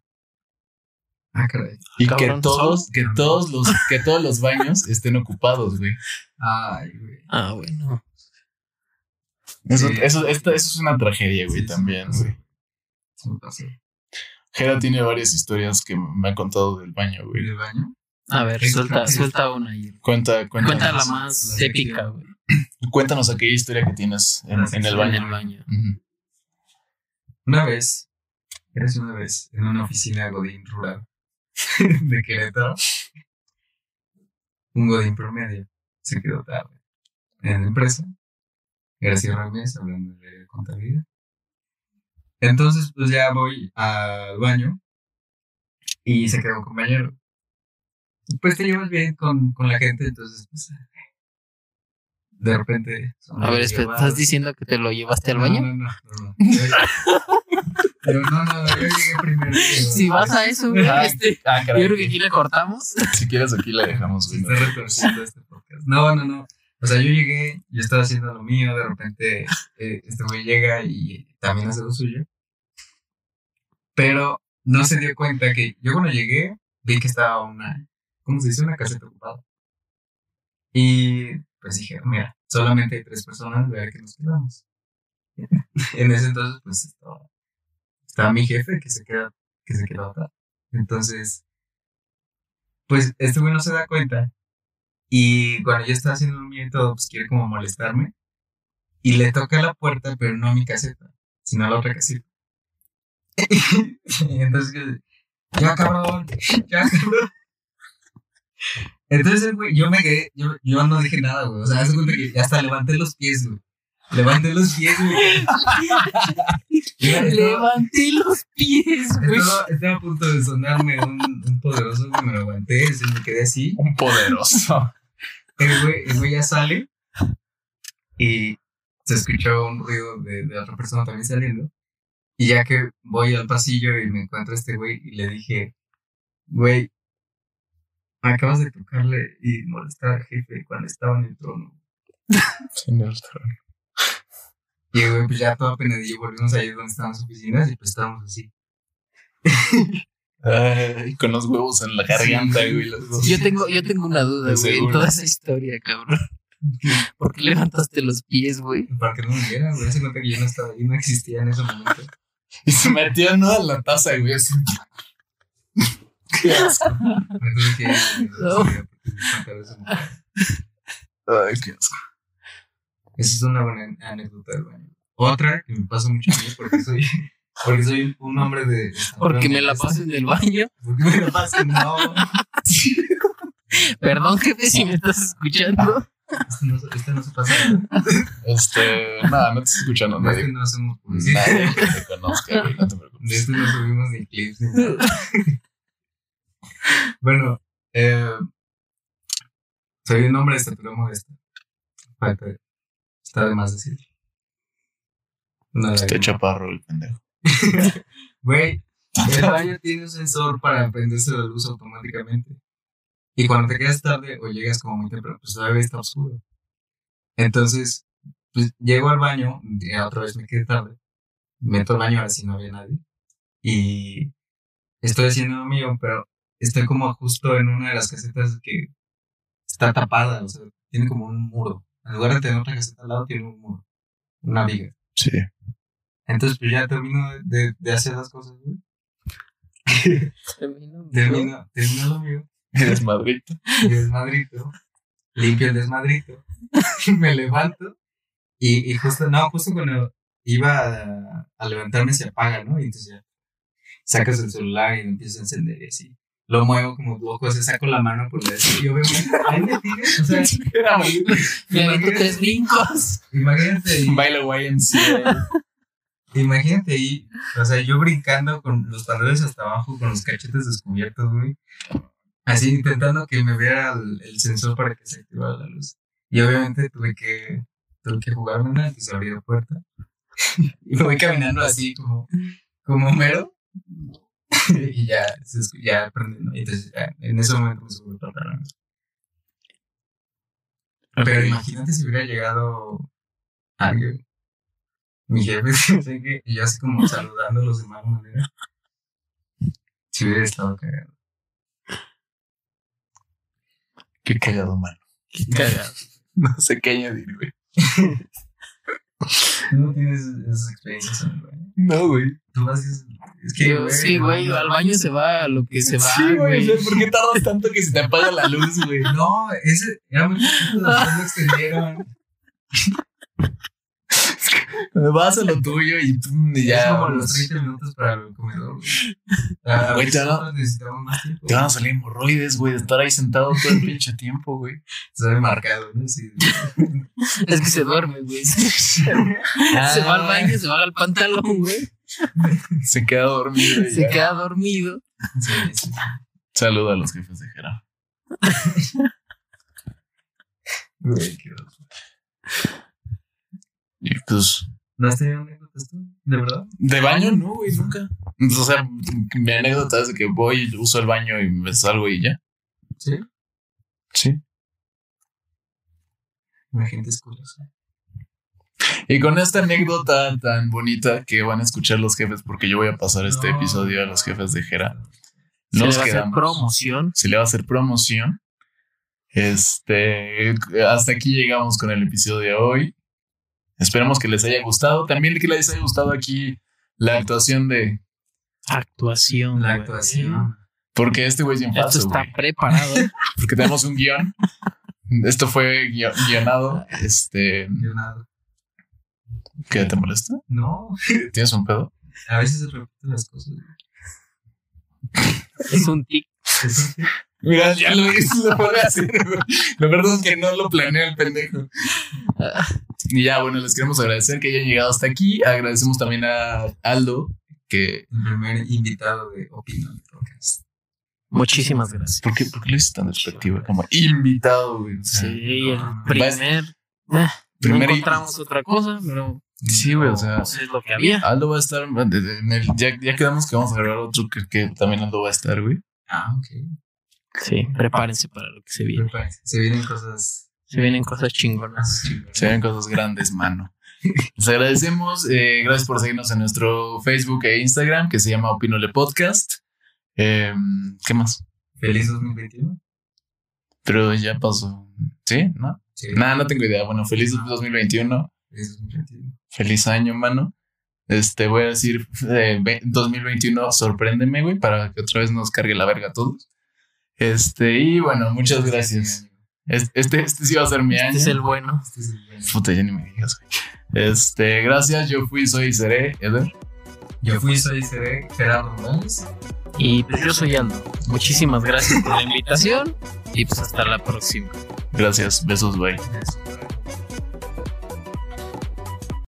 A: Ah, caray.
B: Y
C: Cabrón,
B: que todos, que
A: ¿solo?
B: todos los, que todos los baños estén ocupados, güey.
A: Ay, güey.
C: Ah, bueno.
B: Eso,
A: Sí.
B: eso, esta- eso es una tragedia, güey,
A: Sí, sí,
B: también,
A: sí.
B: güey.
A: Se me pasó.
B: Jera tiene varias historias que me ha contado del baño,
A: ¿Y
B: güey.
A: el baño?
C: A ver, suelta, suelta una ahí.
B: Cuenta, cuéntanos,
C: Cuenta la más épica, güey.
B: cuéntanos aquella historia que tienes en, en el
C: En
B: baño.
C: el baño.
B: Ujú.
A: Una vez, eres una vez, en una oficina Godín rural (laughs) de Querétaro, un Godín promedio se quedó tarde en la empresa. Era cierre de mes hablando de contabilidad. Entonces, pues ya voy al baño y se quedó un compañero. Pues te llevas bien con, con la gente, entonces, pues. De repente. son
C: A ver, espera, ¿estás
A: llevadas.
C: diciendo que te lo llevaste al baño?
A: No, no, no. (laughs) no, no. Pero no, no, yo llegué primero.
C: Ah, Si vas a eso, güey,
B: Ah,
C: este,
B: Ah,
C: yo
B: caray,
C: creo que aquí le cortamos.
B: Si quieres, aquí la dejamos,
A: Se
B: güey.
A: está retorciendo este podcast. No, no, no. O sea, yo llegué, yo estaba haciendo lo mío, de repente eh, este güey llega y también hace lo suyo. Pero no se dio cuenta que yo cuando llegué vi que estaba una, ¿cómo se dice? Una caseta ocupada. Y pues dije, mira, solamente hay tres personas, voy a ver que nos quedamos. (laughs) en ese entonces, pues estaba, estaba mi jefe que se quedó, que se quedó atrás. Entonces, pues este güey no se da cuenta. Y cuando yo estaba haciendo lo mío y todo, pues quiere como molestarme. Y le toca la puerta, pero no a mi caseta, sino a la otra (laughs) caseta. Entonces, yo, ya cabrón, ya cabrón. (laughs) Entonces, güey, yo me quedé, yo, yo no dije nada, güey. O sea, hace cuenta que hasta levanté los pies, güey. Levanté los pies, güey. Mira, estaba,
C: Levanté los (laughs) pies, güey.
A: estaba- estaba a punto de sonarme un, un poderoso, güey. Me lo aguanté, así, me quedé así.
B: Un (laughs) poderoso.
A: El güey, el güey ya sale y se escuchó un ruido de, de otra persona también saliendo. Y ya que voy al pasillo y me encuentro a este güey y le dije, güey, acabas de tocarle y molestar al jefe cuando estaba en el trono.
B: Sin el trono.
A: Y el güey, pues ya todo penadillo, volvimos a ir donde estaban sus oficinas y pues estábamos así.
B: Ay, con los huevos en la garganta,
A: Sí.
B: güey. (laughs) Los dos.
C: Yo tengo, yo tengo una duda,
B: De
C: güey, en
B: seguro.
C: toda esa historia,
B: (laughs)
C: cabrón. ¿Por qué levantaste los pies, güey?
A: Para que no me vieran, güey, hace cuenta que yo no estaba, yo no existía en ese momento.
B: Y se metió ¿no? en la taza, güey. así. (laughs) Qué asco.
A: Entonces, que,
C: No.
B: Ay, qué asco.
A: Esa es una buena anécdota del baño. Otra que me pasa mucho a mí porque soy, (laughs) porque soy un hombre de.
C: Porque me la paso en el baño.
A: (laughs)
C: (laughs)
A: Porque me la paso, no.
C: Perdón, jefe, si me estás escuchando.
A: Esto no, se- esto no se pasa.
B: Este, nada, no te estoy escuchando,
A: No es que
B: nadie.
A: no hacemos publicidad.
B: Nadie que (laughs) te conozca, güey. No te
A: De
B: preocupes.
A: esto no subimos ni clips ni nada. (laughs) Bueno, eh, soy un hombre de estatura modesta. Falta de- Está de más decir. Nada,
B: Este chaparro, el pendejo.
A: Güey, el baño tiene un sensor para prenderse la luz automáticamente. Y cuando te quedas tarde o llegas como muy temprano, pues todavía está oscuro. Entonces, pues llego al baño, y otra vez me quedé tarde. Meto al baño ahora sí no había nadie. Y estoy haciendo lo mío, pero estoy como justo en una de las casetas que está tapada, o sea, tiene como un muro. En lugar de tener otra caseta al lado, tiene un muro, una viga.
B: Sí.
A: Entonces, pues ya termino de- de, de hacer las cosas, güey. Termino, termino lo mío,
B: (laughs) Eres madrito.
A: desmadrito, limpio el desmadrito, (laughs) me levanto y, y justo, no, justo cuando iba a, a levantarme se apaga, ¿no? Y entonces ya sacas el celular y lo empiezas a encender y así. Lo muevo como loco, o sea, saco la mano por la y yo veo, ahí me tienes, o sea, (laughs)
B: Era horrible.
C: Me aventó tres brincos.
A: imagínate, y-
B: Baila YMCA.
A: imagínate ahí, o sea, yo brincando con los pantalones hasta abajo, con los cachetes descubiertos, güey. Así intentando que me viera el, el sensor para que se activara la luz. Y obviamente tuve que, tuve que jugarme una que se abrió puerta. (laughs) Y me voy caminando así como, como Homero. (laughs) y ya, se escu- ya aprendí, ¿no? Y Entonces, ya, en ese momento me subí el pantalón. Pero imagínate si hubiera llegado alguien. Mi jefe, (laughs) así que- y yo así como saludándolos de mala manera. Si hubiera estado cagado.
B: Qué cagado, mano.
C: Qué cagado.
B: No sé qué añadir, güey.
A: Tú no tienes esas experiencias, en el baño?
B: No, güey.
A: Tú vas y dices, es que,
C: Yo, Sí, güey, al baño se va lo que se va,
B: sí, güey. o
C: güey.
B: sea, ¿Por qué tardas tanto que se te apaga la luz, güey?
A: No, ese era muy poquito, después lo extendieron.
B: (laughs) Vas a lo tuyo y, pum, y
A: Es
B: (laughs) ya.
A: como los
B: pues,
A: 30 minutos para el comedor. güey. A a
B: Güey,
A: veces
B: te van a-
A: nosotros necesitamos más tiempo.
B: Te van a salir hemorroides, güey, de estar ahí sentado todo el pinche tiempo, güey.
A: Se ve marcado, ¿no? Sí.
C: Es que se duerme, güey. (laughs) Se
B: Ah.
C: va al baño, se va al pantalón, güey.
B: Se queda dormido. y
C: Se
B: ya.
C: queda dormido.
A: Sí, sí.
B: Saluda a los jefes de Jera.
A: Güey, qué oso.
B: Y pues,
A: ¿No has tenido anécdotas tú? ¿De verdad?
B: de baño Ah, no, güey, nunca. O sea, mi anécdota es de que voy, uso el baño y me salgo y ya.
A: Sí.
B: Sí.
A: La gente es curiosa.
B: Y con esta anécdota tan bonita que van a escuchar los jefes, porque yo voy a pasar este
A: No.
B: episodio a los jefes de Jera.
C: Se
B: Nos
C: le va a hacer
B: quedamos.
C: promoción.
B: se le va a hacer promoción. Este, hasta aquí llegamos con el episodio de hoy. Esperamos que les haya gustado. También que les haya gustado aquí la actuación de.
C: Actuación.
A: La
C: güey.
A: actuación.
B: Porque este güey es bien
C: Esto
B: falso,
C: está
B: güey.
C: preparado.
B: Porque tenemos un
C: (laughs)
B: guión. Esto fue guio- guionado. Este.
A: Yo nada.
B: ¿Qué te molesta?
A: No,
B: ¿Tienes un pedo?
A: a veces se repiten las cosas.
B: (laughs)
C: Es un tic.
B: Mira, ya lo hice, lo voy a hacer, güey. Lo verdad es que no lo planeó el pendejo. Y ya, bueno, les queremos agradecer que hayan llegado hasta aquí. Agradecemos también a Aldo, que...
A: El primer invitado de Opinión Podcast.
C: Muchísimas gracias.
B: ¿Por qué, por qué lo hice tan despectivo? Como invitado, güey. O sea,
C: Sí, el
A: no, no.
C: primer. eh,
B: Primer-
C: no encontramos otra cosa, pero
B: Sí, güey, o sea...
C: pues, es lo que había.
B: Aldo va a estar... en el- ya, ya quedamos que vamos a grabar otro que, que también Aldo va a estar, güey.
A: Ah, ok.
C: Sí, prepárense para lo que se viene.
A: Prepárense. Se vienen cosas.
C: Se vienen cosas chingonas.
A: cosas chingonas.
B: Se ven cosas grandes, mano. Les agradecemos. eh, gracias por seguirnos en nuestro Facebook e Instagram, que se llama Opinole Podcast. Eh, ¿Qué más?
A: Feliz 2021.
B: Pero ya pasó. ¿Sí? ¿No?
A: Sí.
B: Nada, no tengo idea. Bueno, feliz 2021.
A: Feliz 2021.
B: Feliz año, mano. Este, voy a decir eh, ve- 2021, sorpréndeme, güey, para que otra vez nos cargue la verga a todos. Este, y bueno, muchas gracias. Es- Este, este sí va a ser mi año.
C: Este es el bueno.
A: Este es el bueno.
B: Puta, ya ni me digas, güey. Este, gracias. Yo fui, soy y seré, Eder.
A: Yo fui, soy Cere- Gerardo Morales.
C: Y pues yo soy Aldo. Muchísimas gracias por la invitación. Y pues hasta la próxima.
B: Gracias, besos, bye.
A: Gracias.